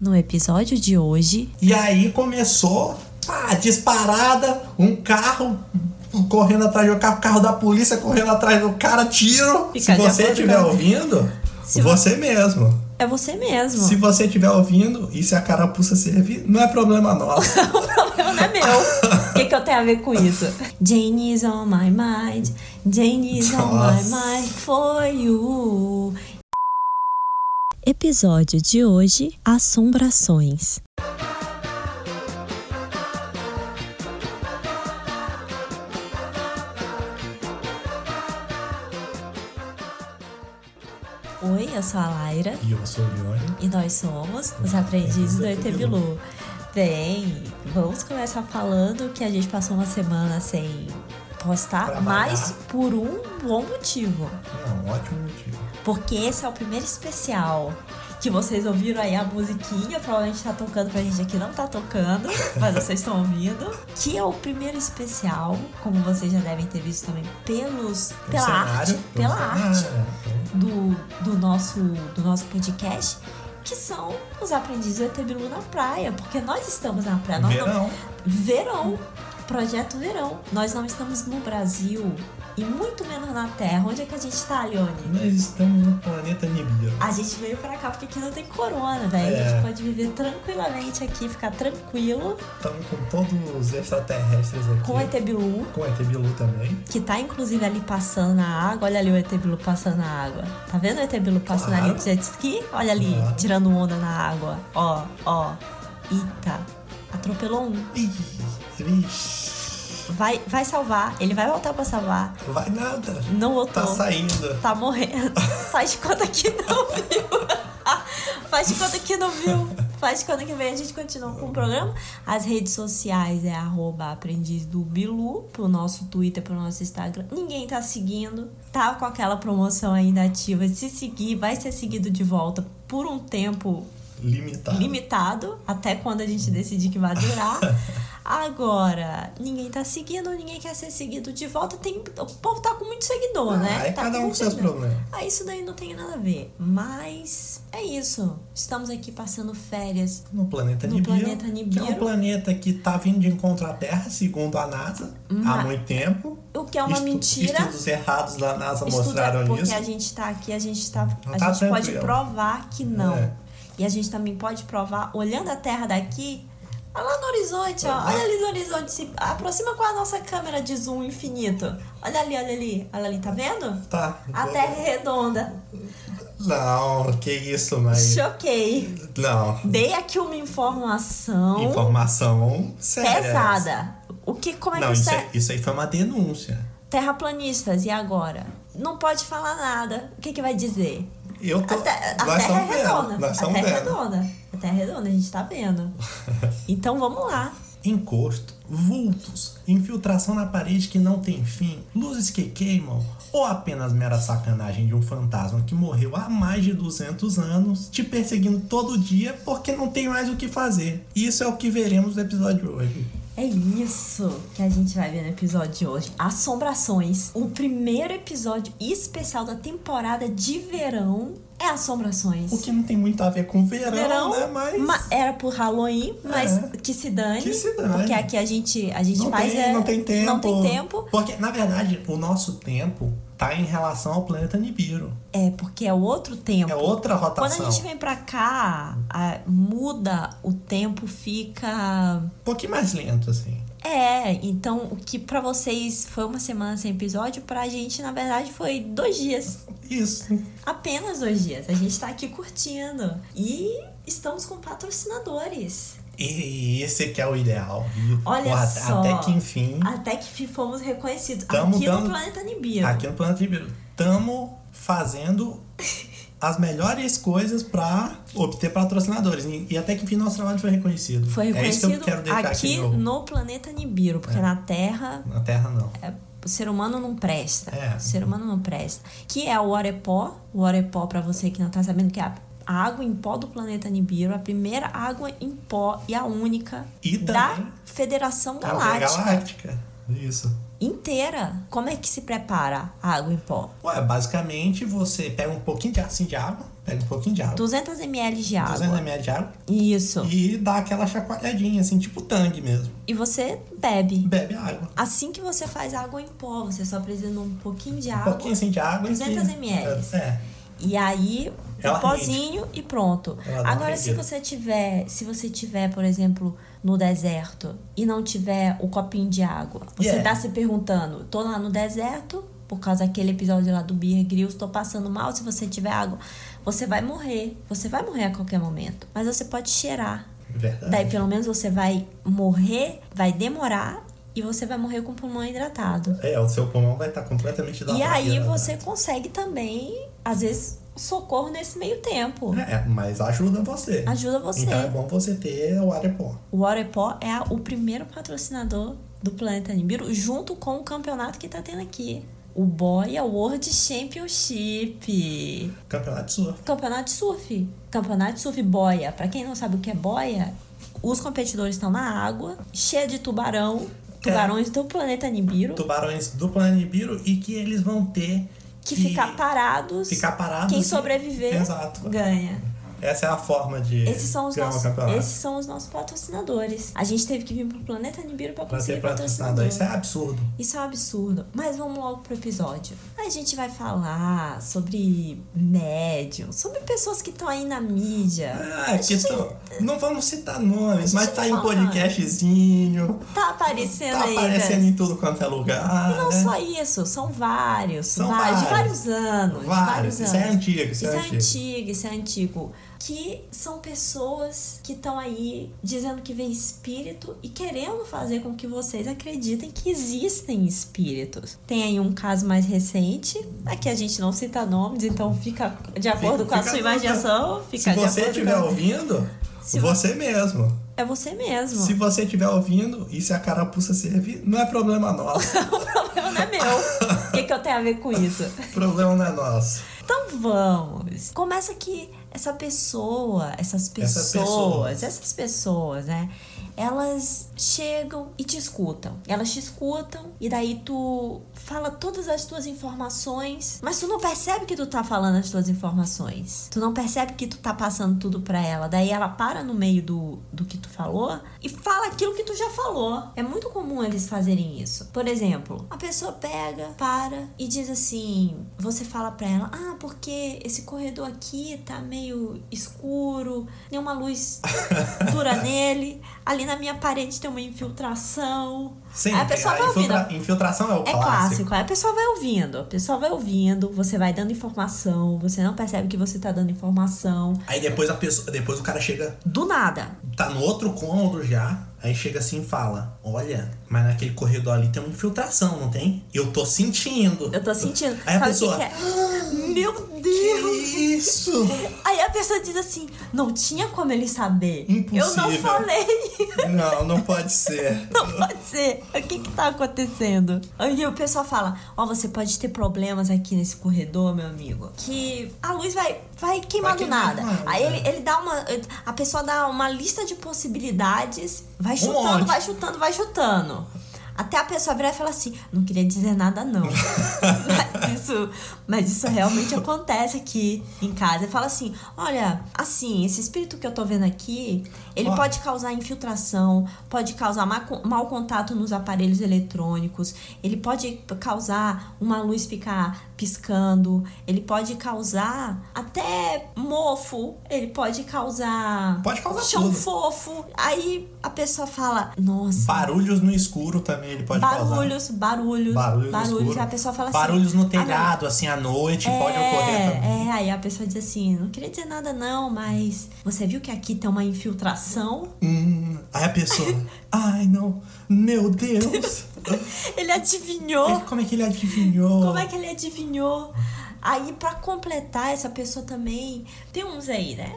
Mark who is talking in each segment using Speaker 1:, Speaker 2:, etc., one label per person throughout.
Speaker 1: No episódio de hoje,
Speaker 2: E aí começou pá, disparada, um carro correndo atrás do carro, carro da polícia correndo atrás do cara, tiro.
Speaker 1: Fica
Speaker 2: Se
Speaker 1: de
Speaker 2: você
Speaker 1: acordo,
Speaker 2: estiver
Speaker 1: cara.
Speaker 2: ouvindo,
Speaker 1: Se
Speaker 2: você mesmo.
Speaker 1: é você mesmo.
Speaker 2: Se você estiver ouvindo e se a carapuça servir, não é problema nosso.
Speaker 1: O problema não é meu. O que, que eu tenho a ver com isso? Jane is on my mind. Jane is on my
Speaker 2: Nossa.
Speaker 1: mind for you. Episódio de hoje: Assombrações. Oi, eu sou a Laira.
Speaker 2: e eu sou o Leone.
Speaker 1: E nós somos os aprendizes do ET Bilu. Bem, vamos começar falando que a gente passou uma semana sem postar,
Speaker 2: Trabalhar.
Speaker 1: mas por um bom motivo.
Speaker 2: Não, é um ótimo motivo.
Speaker 1: Porque esse é o primeiro especial que vocês ouviram aí a musiquinha, provavelmente tá tocando pra gente aqui, não tá tocando, mas vocês estão ouvindo. Que é o primeiro especial, como vocês já devem ter visto também, pelos,
Speaker 2: Pelo
Speaker 1: pela
Speaker 2: Um cenário,
Speaker 1: arte,
Speaker 2: pelo
Speaker 1: pela arte
Speaker 2: cenário. é,
Speaker 1: do, do, nosso, do nosso podcast, que são os aprendizes do ET Bilu na praia, porque nós estamos na praia. Nós não-
Speaker 2: Verão.
Speaker 1: verão, projeto verão. Nós não estamos no Brasil e muito menos na Terra. Onde é que a gente tá, Leone?
Speaker 2: Nós estamos no planeta Nibiru.
Speaker 1: A gente veio pra cá porque aqui não tem corona, velho. A
Speaker 2: É.
Speaker 1: gente pode viver tranquilamente aqui, ficar tranquilo
Speaker 2: Estamos com todos os extraterrestres aqui.
Speaker 1: com o ET Bilu,
Speaker 2: Com o ET Bilu também.
Speaker 1: que tá inclusive ali passando na água. Olha ali o ET Bilu passando na água. Tá vendo o ET Bilu passando ali
Speaker 2: Claro.
Speaker 1: de jet ski? Olha ali,
Speaker 2: Claro.
Speaker 1: tirando onda na água. Ó, ó. Eita. Atropelou um.
Speaker 2: Ih, Vixe,
Speaker 1: Vai, vai salvar. Ele vai voltar pra salvar.
Speaker 2: vai nada.
Speaker 1: Não voltou.
Speaker 2: Tá saindo.
Speaker 1: Tá morrendo. Faz de conta que não viu. Faz de conta que não viu. Faz de conta que vem a gente continua com o programa. As redes sociais é arroba aprendiz do Bilu, pro nosso Twitter, pro nosso Instagram. Ninguém tá seguindo. Tá com aquela promoção ainda ativa. Se seguir, vai ser seguido de volta por um tempo
Speaker 2: Limitado.
Speaker 1: limitado, até quando a gente decidir que vai durar. Agora, ninguém tá seguindo, ninguém quer ser seguido de volta. Tem, o povo tá com muito seguidor, né?
Speaker 2: Aí
Speaker 1: Tá
Speaker 2: cada um com
Speaker 1: muito
Speaker 2: seus
Speaker 1: seguidor.
Speaker 2: problemas.
Speaker 1: Ah, isso daí não tem nada a ver. Mas é isso. Estamos aqui passando férias.
Speaker 2: No planeta
Speaker 1: No
Speaker 2: Nibiru.
Speaker 1: planeta
Speaker 2: Que
Speaker 1: Nibiru.
Speaker 2: é um planeta que tá vindo de encontro à Terra, segundo a NASA,
Speaker 1: Ma-
Speaker 2: há muito tempo.
Speaker 1: O que é uma
Speaker 2: Estu-
Speaker 1: mentira.
Speaker 2: Estudos errados da NASA
Speaker 1: Estuda-
Speaker 2: mostraram
Speaker 1: porque
Speaker 2: isso.
Speaker 1: a gente tá aqui, a gente tá.
Speaker 2: Não
Speaker 1: a
Speaker 2: tá
Speaker 1: gente pode
Speaker 2: tranquilo.
Speaker 1: provar que não.
Speaker 2: É.
Speaker 1: E a gente também pode provar, olhando a terra daqui, olha lá no horizonte, ó.
Speaker 2: Uhum.
Speaker 1: Olha ali no horizonte. Se aproxima com a nossa câmera de zoom infinito. Olha ali, olha ali. Olha ali, tá vendo?
Speaker 2: Tá.
Speaker 1: A terra é redonda.
Speaker 2: Não, que isso, mas.
Speaker 1: Choquei.
Speaker 2: Não.
Speaker 1: Dei aqui uma informação
Speaker 2: Informação séria.
Speaker 1: pesada. O que, como é
Speaker 2: Não,
Speaker 1: que
Speaker 2: isso,
Speaker 1: isso
Speaker 2: aí- isso aí foi uma denúncia.
Speaker 1: Terraplanistas, e agora? Não pode falar nada. O que, que vai dizer?
Speaker 2: Eu tô.
Speaker 1: A, te- a
Speaker 2: Então, nós
Speaker 1: Terra é
Speaker 2: estamos
Speaker 1: redonda.
Speaker 2: vendo. Nós
Speaker 1: a
Speaker 2: estamos
Speaker 1: Terra é
Speaker 2: vendo.
Speaker 1: redonda. A Terra é redonda, a gente tá vendo. Então vamos lá.
Speaker 2: encosto, vultos, infiltração na parede que não tem fim, luzes que queimam ou apenas mera sacanagem de um fantasma que morreu há mais de 200 anos, te perseguindo todo dia porque não tem mais o que fazer. Isso é o que veremos no episódio de hoje.
Speaker 1: É isso que a gente vai ver no episódio de hoje. Assombrações. O primeiro episódio especial da temporada de verão é Assombrações.
Speaker 2: O que não tem muito a ver com verão,
Speaker 1: Verão,
Speaker 2: né? Mas
Speaker 1: ma- era por Halloween, mas
Speaker 2: É.
Speaker 1: que se dane.
Speaker 2: Que se dane.
Speaker 1: Porque aqui a gente, a gente
Speaker 2: não,
Speaker 1: faz.
Speaker 2: tem,
Speaker 1: é-
Speaker 2: não tem tempo.
Speaker 1: Não tem tempo.
Speaker 2: Porque, na verdade, o nosso tempo tá em relação ao planeta Nibiru.
Speaker 1: É, porque é outro tempo.
Speaker 2: É outra rotação.
Speaker 1: Quando a gente vem pra cá, a- muda, o tempo fica.
Speaker 2: Um pouquinho mais lento, assim.
Speaker 1: É, então o que pra vocês foi uma semana sem episódio, pra gente, na verdade, foi dois dias.
Speaker 2: Isso.
Speaker 1: Apenas dois dias. A gente tá aqui curtindo. E estamos com patrocinadores.
Speaker 2: E esse que é o ideal. viu?
Speaker 1: Olha
Speaker 2: a-
Speaker 1: só.
Speaker 2: Até que enfim,
Speaker 1: Até que fi- fomos reconhecidos
Speaker 2: Tamo
Speaker 1: aqui no
Speaker 2: dando-
Speaker 1: Planeta Nibiru.
Speaker 2: aqui no Planeta Ribeiro, estamos fazendo as melhores coisas para obter patrocinadores. E, e até que enfim nosso trabalho foi reconhecido.
Speaker 1: Foi
Speaker 2: É isso que eu
Speaker 1: reconhecido
Speaker 2: quero deixar aqui,
Speaker 1: aqui
Speaker 2: no- É.
Speaker 1: no Planeta Nibiru, porque na Terra
Speaker 2: na Terra, não.
Speaker 1: É o ser humano não presta.
Speaker 2: É.
Speaker 1: O ser humano não presta. Que é o Orepó. O Orepó, pra você que não tá sabendo, que é a a água em pó do planeta Nibiru, a primeira água em pó e a única
Speaker 2: E
Speaker 1: da
Speaker 2: também- tá né?
Speaker 1: Federação
Speaker 2: Galáctica.
Speaker 1: Galáctica.
Speaker 2: é Galáctica. Isso.
Speaker 1: inteira. Como é que se prepara a água em pó?
Speaker 2: Ué, basicamente você pega um pouquinho de assim de água, pega um pouquinho de água,
Speaker 1: 200 ml de água.
Speaker 2: 200 ml de água
Speaker 1: Isso.
Speaker 2: e dá aquela chacoalhadinha assim, tipo tangue mesmo.
Speaker 1: E você bebe.
Speaker 2: Bebe a água.
Speaker 1: Assim que você faz água em pó, você só precisa de um pouquinho de
Speaker 2: Um
Speaker 1: água.
Speaker 2: pouquinho assim de água. e
Speaker 1: 200
Speaker 2: sim.
Speaker 1: ml.
Speaker 2: É.
Speaker 1: E aí,
Speaker 2: Ela
Speaker 1: um pozinho e pronto.
Speaker 2: Ela dá uma
Speaker 1: Agora, se
Speaker 2: rendida.
Speaker 1: você tiver, se você tiver, por exemplo, no deserto e não tiver o copinho de água, você
Speaker 2: Yeah.
Speaker 1: tá se perguntando, tô lá no deserto, por causa daquele episódio lá do Beer Grylls, tô passando mal, se você tiver água, você vai morrer. Você vai morrer a qualquer momento. Mas você pode cheirar.
Speaker 2: é Verdade.
Speaker 1: Daí, pelo menos, você vai morrer, vai demorar e você vai morrer com o pulmão hidratado.
Speaker 2: É, o seu pulmão vai estar completamente da né?
Speaker 1: E aí você consegue também, às vezes, socorro nesse meio tempo.
Speaker 2: É, mas ajuda você.
Speaker 1: Ajuda você.
Speaker 2: Então é bom você ter o Arepó.
Speaker 1: O Orepó é a- o primeiro patrocinador do Planeta Nibiru, junto com o campeonato que tá tendo aqui. O Boia World Championship.
Speaker 2: Campeonato de surf.
Speaker 1: Campeonato de surf. Campeonato de surf boia. Pra quem não sabe o que é boia, os competidores estão na água, cheia de tubarão.
Speaker 2: É.
Speaker 1: Tubarões do planeta Nibiru.
Speaker 2: Tubarões do Plano Nibiru e que eles vão ter
Speaker 1: que ficar parados.
Speaker 2: ficar parados.
Speaker 1: Quem
Speaker 2: e-
Speaker 1: sobreviver
Speaker 2: Exato.
Speaker 1: ganha.
Speaker 2: Essa é a forma de
Speaker 1: Esses são, os
Speaker 2: ganhar
Speaker 1: nossos,
Speaker 2: o campeonato.
Speaker 1: esses são os nossos patrocinadores. A gente teve que vir pro planeta Nibiru pra
Speaker 2: Pra
Speaker 1: conseguir
Speaker 2: ser
Speaker 1: tá patrocinador.
Speaker 2: patrocinador. Isso é absurdo.
Speaker 1: Isso é um absurdo. Mas vamos logo pro episódio. A gente vai falar sobre médium, sobre pessoas que estão aí na mídia.
Speaker 2: Ah,
Speaker 1: A
Speaker 2: que
Speaker 1: gente
Speaker 2: tão- Não vamos citar nomes,
Speaker 1: gente
Speaker 2: mas tá
Speaker 1: não
Speaker 2: em
Speaker 1: fala
Speaker 2: podcastzinho,
Speaker 1: tá aparecendo
Speaker 2: tá
Speaker 1: aí.
Speaker 2: aparecendo em tudo quanto é lugar.
Speaker 1: E não
Speaker 2: né?
Speaker 1: só isso, são vários.
Speaker 2: São
Speaker 1: vários,
Speaker 2: vários.
Speaker 1: De vários anos. de
Speaker 2: Vários.
Speaker 1: vários
Speaker 2: Isso é
Speaker 1: anos.
Speaker 2: antigo, isso,
Speaker 1: Isso é
Speaker 2: antigo.
Speaker 1: antigo, isso é antigo. Que são pessoas que estão aí dizendo que vê espírito e querendo fazer com que vocês acreditem que existem espíritos. Tem aí um caso mais recente, aqui a gente não cita nomes, então fica de acordo com a
Speaker 2: fica
Speaker 1: sua
Speaker 2: à
Speaker 1: imaginação. Fica
Speaker 2: Se
Speaker 1: de
Speaker 2: você um-
Speaker 1: acordo
Speaker 2: estiver
Speaker 1: com...
Speaker 2: ouvindo,
Speaker 1: Se
Speaker 2: você mesmo.
Speaker 1: É você mesmo.
Speaker 2: Se você estiver ouvindo e se a carapuça servir, não é problema nosso.
Speaker 1: O problema não é meu. O que, que eu tenho a ver com isso?
Speaker 2: o problema não é nosso.
Speaker 1: Então vamos! Começa que essa pessoa, essas
Speaker 2: Essas
Speaker 1: pessoas,
Speaker 2: pessoas.
Speaker 1: essas pessoas, né? Elas chegam e te escutam. Elas te escutam e daí tu fala todas as tuas informações, mas tu não percebe que tu tá falando as tuas informações. Tu não percebe que tu tá passando tudo pra ela. Daí ela para no meio do, do que tu falou e fala aquilo que tu já falou. É muito comum eles fazerem isso. Por exemplo, a pessoa pega, para e diz assim: você fala pra ela, ah, porque esse corredor aqui tá meio escuro, nenhuma luz dura nele, ali na minha parede tem uma infiltração.
Speaker 2: Sim,
Speaker 1: Aí a pessoa vai
Speaker 2: infiltra-
Speaker 1: ouvindo.
Speaker 2: infiltração é o
Speaker 1: É
Speaker 2: clássico.
Speaker 1: clássico, aí a pessoa vai ouvindo, a pessoa vai ouvindo, você vai dando informação, você não percebe que você tá dando informação.
Speaker 2: Aí depois a pessoa, depois o cara chega,
Speaker 1: Do nada,
Speaker 2: tá no outro cômodo já, aí chega assim e fala: "Olha, mas naquele corredor ali tem uma infiltração, não tem? Eu tô sentindo".
Speaker 1: eu tô sentindo.
Speaker 2: Aí
Speaker 1: Sabe
Speaker 2: a
Speaker 1: o
Speaker 2: pessoa, "Ah,
Speaker 1: que que é? Meu Deus!
Speaker 2: "Que isso?
Speaker 1: Aí a pessoa diz assim: não tinha como ele saber. Eu não
Speaker 2: Impossível.
Speaker 1: falei,
Speaker 2: Não, não pode ser.
Speaker 1: não pode ser. O que que tá acontecendo? Aí o pessoal fala: ó, você pode ter problemas aqui nesse corredor, meu amigo. Que a luz vai, vai queimar do
Speaker 2: Vai queimar
Speaker 1: nada.
Speaker 2: do nada. né?
Speaker 1: Aí ele, ele dá uma. A pessoa dá uma lista de possibilidades, vai chutando,
Speaker 2: Um monte.
Speaker 1: vai chutando, vai chutando. Até a pessoa virar e falar assim: não queria dizer nada, não. mas, isso, mas isso realmente acontece aqui em casa. E fala assim: olha, assim, esse espírito que eu tô vendo aqui, ele
Speaker 2: Ó.
Speaker 1: pode causar infiltração, pode causar ma- mau contato nos aparelhos eletrônicos, ele pode causar uma luz ficar piscando, ele pode causar até mofo, ele pode causar.
Speaker 2: Pode causar
Speaker 1: chão
Speaker 2: tudo.
Speaker 1: fofo. Aí a pessoa fala: nossa.
Speaker 2: Barulhos no escuro também ele pode causar.
Speaker 1: Barulhos, barulhos,
Speaker 2: Barulho no
Speaker 1: barulhos.
Speaker 2: escuro.
Speaker 1: Aí a pessoa fala assim.
Speaker 2: Barulhos no
Speaker 1: "Ah, não,
Speaker 2: telhado, assim, à noite, pode ocorrer também.
Speaker 1: é, aí a pessoa diz assim, não queria dizer nada não, mas você viu que aqui tem uma infiltração?
Speaker 2: Hum, aí a pessoa, ai não, meu Deus,
Speaker 1: Ele adivinhou.
Speaker 2: Ele- como é que ele adivinhou?
Speaker 1: Oh. Como é que ele adivinhou? Aí, pra completar, essa pessoa também. Tem uns aí, né?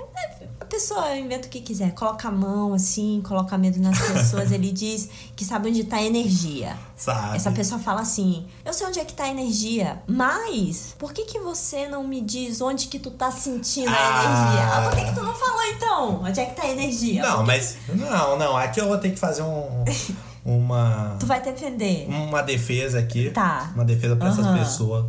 Speaker 1: A pessoa inventa o que quiser, coloca a mão assim, coloca medo nas pessoas. ele diz que sabe onde tá a energia.
Speaker 2: Sabe?
Speaker 1: Essa pessoa fala assim: Eu sei onde é que tá a energia, mas por que que você não me diz onde que tu tá sentindo a
Speaker 2: Ah.
Speaker 1: energia? Ah, por que que tu não falou então? Onde é que tá a energia?
Speaker 2: Não, mas, não, não, aqui eu vou ter que fazer um, uma,
Speaker 1: Tu vai defender.
Speaker 2: uma defesa aqui.
Speaker 1: Tá.
Speaker 2: Uma defesa pra essas
Speaker 1: Aham.
Speaker 2: pessoas.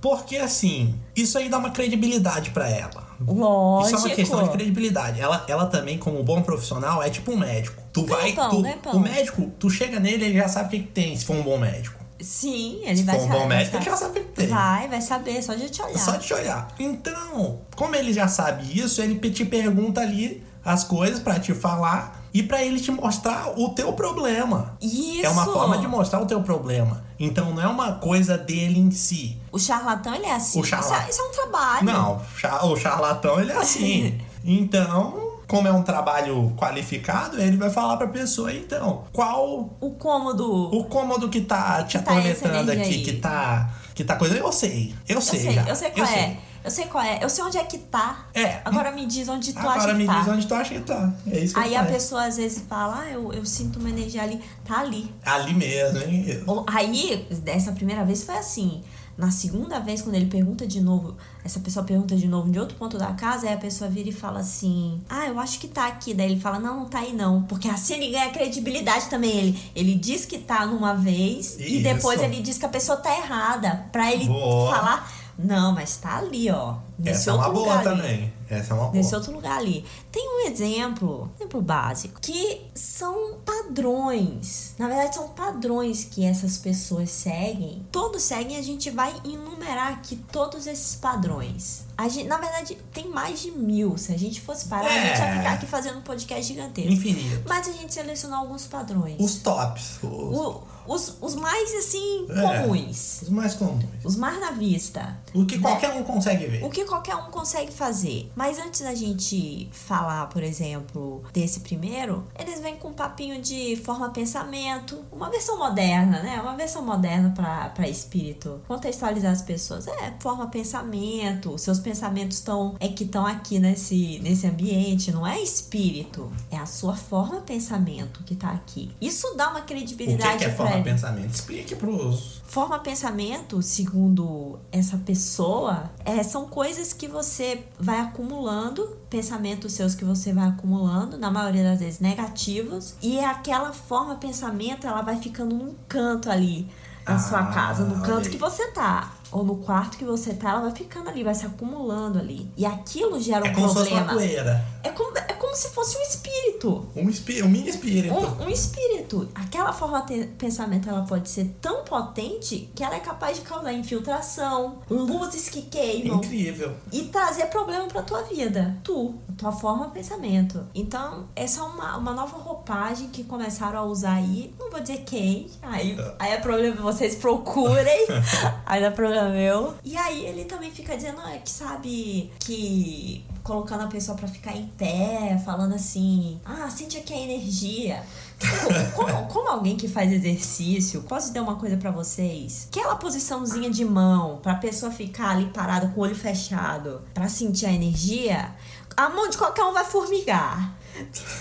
Speaker 2: Porque assim, isso aí dá uma credibilidade pra ela.
Speaker 1: Lógico.
Speaker 2: Isso é uma questão de credibilidade. Ela, ela também, como bom profissional, é tipo um médico. Tu vai.
Speaker 1: Ganha pão,
Speaker 2: tu-
Speaker 1: ganha pão.
Speaker 2: o médico, tu chega nele, ele já sabe o que, que tem, se for um bom médico.
Speaker 1: Sim, ele
Speaker 2: Se
Speaker 1: vai
Speaker 2: for um
Speaker 1: saber.
Speaker 2: bom
Speaker 1: vai
Speaker 2: médico, ele já
Speaker 1: saber.
Speaker 2: sabe o que que tem.
Speaker 1: Vai, vai saber, só de te olhar.
Speaker 2: É Só de te olhar. Então, como ele já sabe isso, ele te pergunta ali as coisas pra te falar e pra ele te mostrar o teu problema.
Speaker 1: Isso.
Speaker 2: É uma forma de mostrar o teu problema. Então não é uma coisa dele em si.
Speaker 1: O charlatão, ele é assim.
Speaker 2: O charla-
Speaker 1: Isso, é, isso é um trabalho.
Speaker 2: Não, cha- o charlatão ele é assim. Então, como é um trabalho qualificado, ele vai falar pra pessoa, então, qual
Speaker 1: O cômodo.
Speaker 2: o cômodo que tá te
Speaker 1: Que tá essa
Speaker 2: atormentando
Speaker 1: energia
Speaker 2: aqui,
Speaker 1: aí?
Speaker 2: que tá. Que tá coisa. Eu sei. Eu
Speaker 1: Eu
Speaker 2: sei.
Speaker 1: sei,
Speaker 2: já,
Speaker 1: eu sei qual é. Eu sei qual é. Eu sei onde é que tá.
Speaker 2: É.
Speaker 1: Agora me diz onde tu acha
Speaker 2: Agora
Speaker 1: que
Speaker 2: me
Speaker 1: tá.
Speaker 2: diz onde tu acha que tá. É isso que
Speaker 1: Aí
Speaker 2: eu
Speaker 1: a
Speaker 2: falei.
Speaker 1: pessoa às vezes fala, ah, eu, eu sinto uma energia ali. Tá ali.
Speaker 2: Ali mesmo, hein?
Speaker 1: Ou- Aí, dessa primeira vez foi assim. Na segunda vez, quando ele pergunta de novo, essa pessoa pergunta de novo de outro ponto da casa, aí a pessoa vira e fala assim: Ah, eu acho que tá aqui. Daí ele fala: Não, não tá aí não. Porque assim ele ganha credibilidade também. Ele, ele diz que tá numa vez e
Speaker 2: Isso.
Speaker 1: depois ele diz que a pessoa tá errada. Pra ele
Speaker 2: Boa.
Speaker 1: falar: Não, mas tá ali, ó. Nesse
Speaker 2: Essa é uma
Speaker 1: outro
Speaker 2: boa
Speaker 1: lugar ali."
Speaker 2: também. Essa é uma boa.
Speaker 1: nesse outro lugar ali. Tem um exemplo, exemplo básico, que são padrões. Na verdade, são padrões que essas pessoas seguem. Todos seguem, a gente vai enumerar aqui todos esses padrões. A gente, na verdade, tem mais de mil. Se a gente fosse parar, a gente ia
Speaker 2: É.
Speaker 1: ficar aqui fazendo um podcast gigantesco.
Speaker 2: Infinito.
Speaker 1: Mas a gente selecionou alguns padrões.
Speaker 2: Os tops. Os,
Speaker 1: O- os, os mais, assim,
Speaker 2: É.
Speaker 1: comuns.
Speaker 2: os mais comuns.
Speaker 1: Os mais na vista.
Speaker 2: O que
Speaker 1: Né?
Speaker 2: qualquer um consegue ver.
Speaker 1: O que qualquer um consegue fazer. Mas antes da gente falar, por exemplo, desse primeiro, eles vêm com um papinho de forma pensamento, uma versão moderna, né? Uma versão moderna pra pra espírito. Contextualizar as pessoas. É, forma pensamento, seus pensamentos estão é que estão aqui nesse nesse ambiente, não é espírito, é a sua forma pensamento que tá aqui. Isso dá uma
Speaker 2: O
Speaker 1: credibilidade
Speaker 2: que, que é
Speaker 1: pra
Speaker 2: forma
Speaker 1: ele.
Speaker 2: pensamento? Explique pros.
Speaker 1: Forma pensamento, segundo essa pessoa, é, são coisas que você vai acumulando, pensamentos seus que você vai acumulando, na maioria das vezes negativos, e é aquela forma pensamento ela vai ficando num canto ali na
Speaker 2: Ah,
Speaker 1: sua casa, no
Speaker 2: olha
Speaker 1: canto
Speaker 2: aí.
Speaker 1: que você tá. Ou no quarto que você tá, ela vai ficando ali, vai se acumulando ali. E aquilo gera um
Speaker 2: é como se fosse uma
Speaker 1: problema.
Speaker 2: poeira.
Speaker 1: é, como, é como se fosse um espírito.
Speaker 2: Um, espí... um mini espírito.
Speaker 1: Um, um espírito. Aquela forma de pensamento ela pode ser tão potente que ela é capaz de causar infiltração, luzes que queimam
Speaker 2: Incrível.
Speaker 1: e trazer problema pra tua vida. Tu, tua forma de pensamento. Então, essa é uma, uma nova roupagem que começaram a usar aí. Não vou dizer quem. Aí, aí é problema, vocês procurem. aí não é problema meu. E aí ele também fica dizendo ah, que sabe que colocando a pessoa pra ficar em pé, falando assim, ah, sente aqui a energia. Tipo, Como, como alguém que faz exercício, posso dizer uma coisa pra vocês? Aquela posiçãozinha de mão, pra pessoa ficar ali parada com o olho fechado, pra sentir a energia, a mão de qualquer um vai formigar.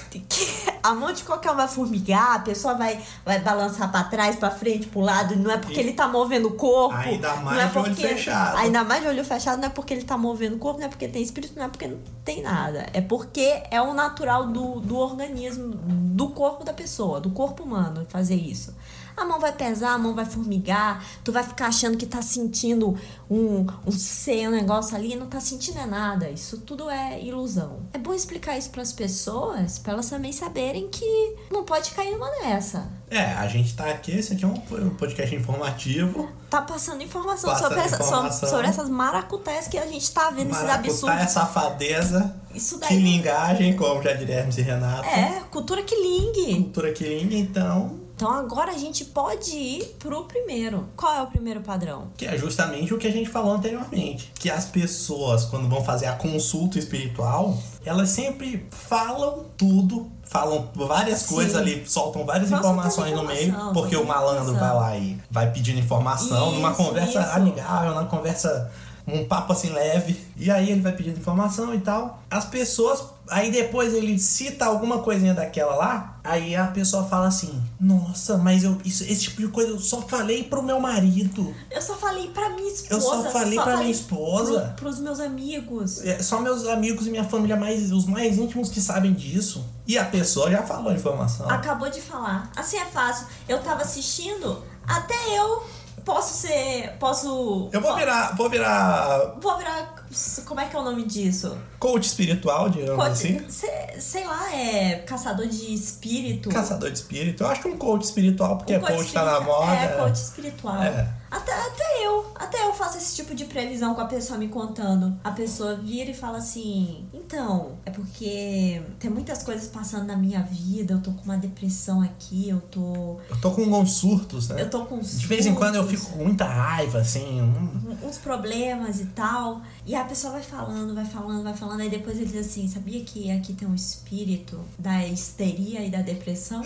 Speaker 1: A mão de qualquer um vai formigar, a pessoa vai, vai balançar pra trás, pra frente, pro lado, não é porque
Speaker 2: E-
Speaker 1: ele tá movendo o corpo.
Speaker 2: Ainda mais
Speaker 1: não é
Speaker 2: de olho
Speaker 1: porque,
Speaker 2: fechado.
Speaker 1: Ainda mais de olho fechado, não é porque ele tá movendo o corpo, não é porque tem espírito, não é porque não tem nada. É porque é o natural do, do organismo, do corpo da pessoa, do corpo humano fazer isso. A mão vai pesar, a mão vai formigar, tu vai ficar achando que tá sentindo um, um ser, um negócio ali, e não tá sentindo é nada. Isso tudo é ilusão. É bom explicar isso pras pessoas, pra elas também saberem que não pode cair numa dessa.
Speaker 2: É, a gente tá aqui, esse aqui é um podcast informativo.
Speaker 1: Tá passando informação,
Speaker 2: Passando
Speaker 1: sobre, essa- so-
Speaker 2: informação.
Speaker 1: sobre essas maracutaias que a gente tá vendo, esses
Speaker 2: Maracutaia,
Speaker 1: absurdos.
Speaker 2: é safadeza.
Speaker 1: Isso
Speaker 2: Que
Speaker 1: daí
Speaker 2: linguagem, como já diria Hermes e Renato.
Speaker 1: é cultura que lingue.
Speaker 2: Cultura quilinga, então,
Speaker 1: Então agora a gente pode ir pro primeiro. Qual é o primeiro padrão?
Speaker 2: Que é justamente o que a gente falou anteriormente. Que as pessoas, quando vão fazer a consulta espiritual, elas sempre falam tudo, falam várias
Speaker 1: Sim.
Speaker 2: coisas ali, soltam várias
Speaker 1: Soltam
Speaker 2: informações no
Speaker 1: informação,
Speaker 2: meio,
Speaker 1: soltam
Speaker 2: porque o malandro vai
Speaker 1: informação.
Speaker 2: lá e vai pedindo informação, numa
Speaker 1: Isso,
Speaker 2: conversa
Speaker 1: isso.
Speaker 2: amigável, numa conversa. Um papo assim leve. E aí ele vai pedindo informação e tal. As pessoas. Aí depois ele cita alguma coisinha daquela lá. Aí a pessoa fala assim: Nossa, mas eu, isso- esse tipo de coisa eu só falei pro meu marido.
Speaker 1: Eu só falei pra minha esposa.
Speaker 2: Eu só falei pra minha esposa.
Speaker 1: pro- pros meus amigos.
Speaker 2: É, só meus amigos e minha família mais os mais íntimos que sabem disso. E a pessoa já falou a informação.
Speaker 1: Acabou de falar. Assim é fácil. Eu tava assistindo, até eu posso ser. Posso.
Speaker 2: Eu vou virar, vou virar
Speaker 1: Vou virar. Como é que é o nome disso?
Speaker 2: coach espiritual, digamos
Speaker 1: Pode-
Speaker 2: assim.
Speaker 1: se- sei lá, é caçador de espírito.
Speaker 2: Caçador de espírito. Eu acho que um coach espiritual, porque
Speaker 1: Um
Speaker 2: coach, tá na
Speaker 1: espiritual-
Speaker 2: moda.
Speaker 1: É, coach espiritual.
Speaker 2: É.
Speaker 1: Até, até eu. Até eu faço esse tipo de previsão com a pessoa me contando. A pessoa vira e fala assim: então, é porque tem muitas coisas passando na minha vida, eu tô com uma depressão aqui, eu tô.
Speaker 2: Eu tô com alguns surtos, né?
Speaker 1: Eu tô com.
Speaker 2: De vez em quando eu fico com muita raiva, assim. hum.
Speaker 1: um, uns problemas e tal. E a pessoa vai falando, vai falando, vai falando. Aí depois ele diz assim: sabia que aqui tem um espírito da histeria e da depressão?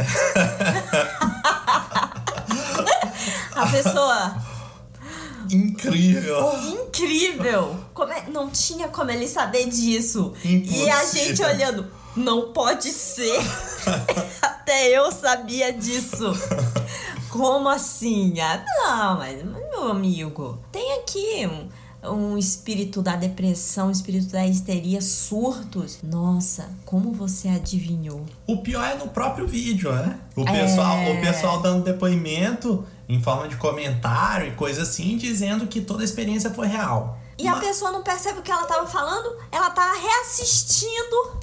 Speaker 1: a pessoa.
Speaker 2: Incrível.
Speaker 1: Oh, Incrível! Como é- não tinha como ele saber disso. E a
Speaker 2: Impossível.
Speaker 1: gente olhando, não pode ser! Até eu sabia disso. Como assim? Ah, não, mas meu amigo, tem aqui um, um espírito da depressão, um espírito da histeria, surtos. Nossa, como você adivinhou?
Speaker 2: O pior é no próprio vídeo, né? O
Speaker 1: É.
Speaker 2: pessoal, o pessoal dando depoimento em forma de comentário e coisa assim, dizendo que toda a experiência foi real.
Speaker 1: E a pessoa não percebe o que ela tava falando, ela tá reassistindo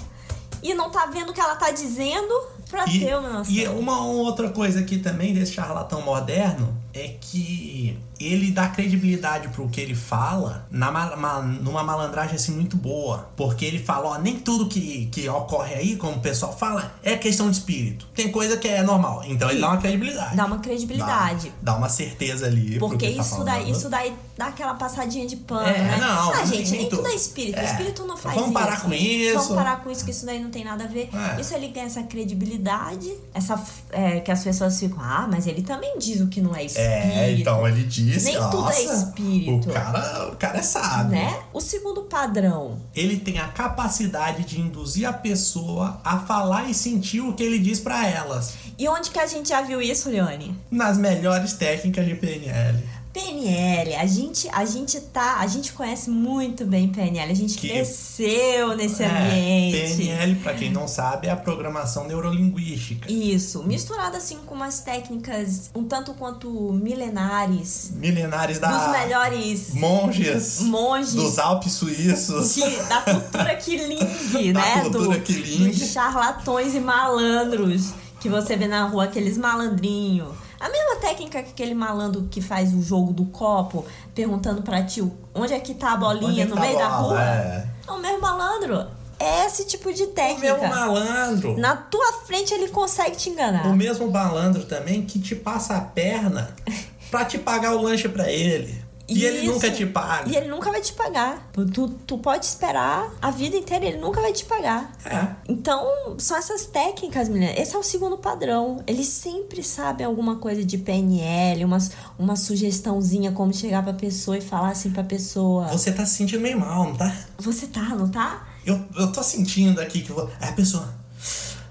Speaker 1: e não tá vendo o que ela tá dizendo. Pra
Speaker 2: E,
Speaker 1: ter uma noção.
Speaker 2: e uma outra coisa aqui também desse charlatão moderno é que ele dá credibilidade pro que ele fala na ma- ma- numa malandragem assim muito boa. Porque ele fala, ó, nem tudo que, que ocorre aí, como o pessoal fala, é questão de espírito. Tem coisa que é normal. Então ele dá uma credibilidade.
Speaker 1: Dá uma credibilidade.
Speaker 2: Dá, dá uma certeza ali. pro
Speaker 1: Porque
Speaker 2: que tá
Speaker 1: isso, daí,
Speaker 2: falando.
Speaker 1: isso daí dá aquela passadinha de pano,
Speaker 2: É,
Speaker 1: né?
Speaker 2: não,
Speaker 1: ah,
Speaker 2: não
Speaker 1: gente,
Speaker 2: tem
Speaker 1: nem tudo
Speaker 2: tudo.
Speaker 1: é espírito.
Speaker 2: É.
Speaker 1: Espírito não faz
Speaker 2: Vamos
Speaker 1: isso.
Speaker 2: parar com isso.
Speaker 1: Vamos parar com isso, que isso daí não tem nada a ver.
Speaker 2: É.
Speaker 1: Isso ele ganha essa credibilidade, essa f- é, que as pessoas ficam, ah, mas ele também diz o que não é espírito.
Speaker 2: É, então ele disse,
Speaker 1: Nem tudo é
Speaker 2: nossa,
Speaker 1: espírito."
Speaker 2: O cara, o cara é sábio.
Speaker 1: Né? O segundo padrão.
Speaker 2: Ele tem a capacidade de induzir a pessoa a falar e sentir o que ele diz pra elas.
Speaker 1: E onde que a gente já viu isso, Leone?
Speaker 2: Nas melhores técnicas de PNL.
Speaker 1: PNL, a gente, a gente tá, a gente conhece muito bem PNL, a gente
Speaker 2: Que-
Speaker 1: cresceu nesse
Speaker 2: É,
Speaker 1: ambiente.
Speaker 2: PNL, pra quem não sabe, é a programação neurolinguística.
Speaker 1: Isso, misturado assim com umas técnicas um tanto quanto milenares
Speaker 2: Milenares da
Speaker 1: dos melhores
Speaker 2: monges,
Speaker 1: monges
Speaker 2: dos Alpes suíços.
Speaker 1: que- da cultura Killing,
Speaker 2: Da
Speaker 1: né?
Speaker 2: cultura Quiling.
Speaker 1: Dos charlatões e malandros que você vê na rua, aqueles malandrinhos. A mesma técnica que aquele malandro que faz o jogo do copo, perguntando pra tio onde é que tá a
Speaker 2: Onde
Speaker 1: bolinha
Speaker 2: é que
Speaker 1: no
Speaker 2: tá a
Speaker 1: meio da
Speaker 2: bola?
Speaker 1: rua.
Speaker 2: É.
Speaker 1: É o mesmo malandro. É esse tipo de
Speaker 2: O meu
Speaker 1: técnica.
Speaker 2: malandro.
Speaker 1: Na tua frente ele consegue te enganar.
Speaker 2: O mesmo balandro também que te passa a perna pra te pagar o lanche pra ele. E ele
Speaker 1: Isso.
Speaker 2: nunca te paga.
Speaker 1: E ele nunca vai te pagar. Tu, tu pode esperar a vida inteira, ele nunca vai te pagar.
Speaker 2: É.
Speaker 1: Então, são essas técnicas, menina. Esse é o segundo padrão. Eles sempre sabem alguma coisa de PNL, uma, uma sugestãozinha, como chegar pra pessoa e falar assim pra pessoa:
Speaker 2: Você tá se sentindo meio mal, não tá?
Speaker 1: Você tá, não tá?
Speaker 2: Eu, eu tô sentindo aqui que. vou- Aí a pessoa.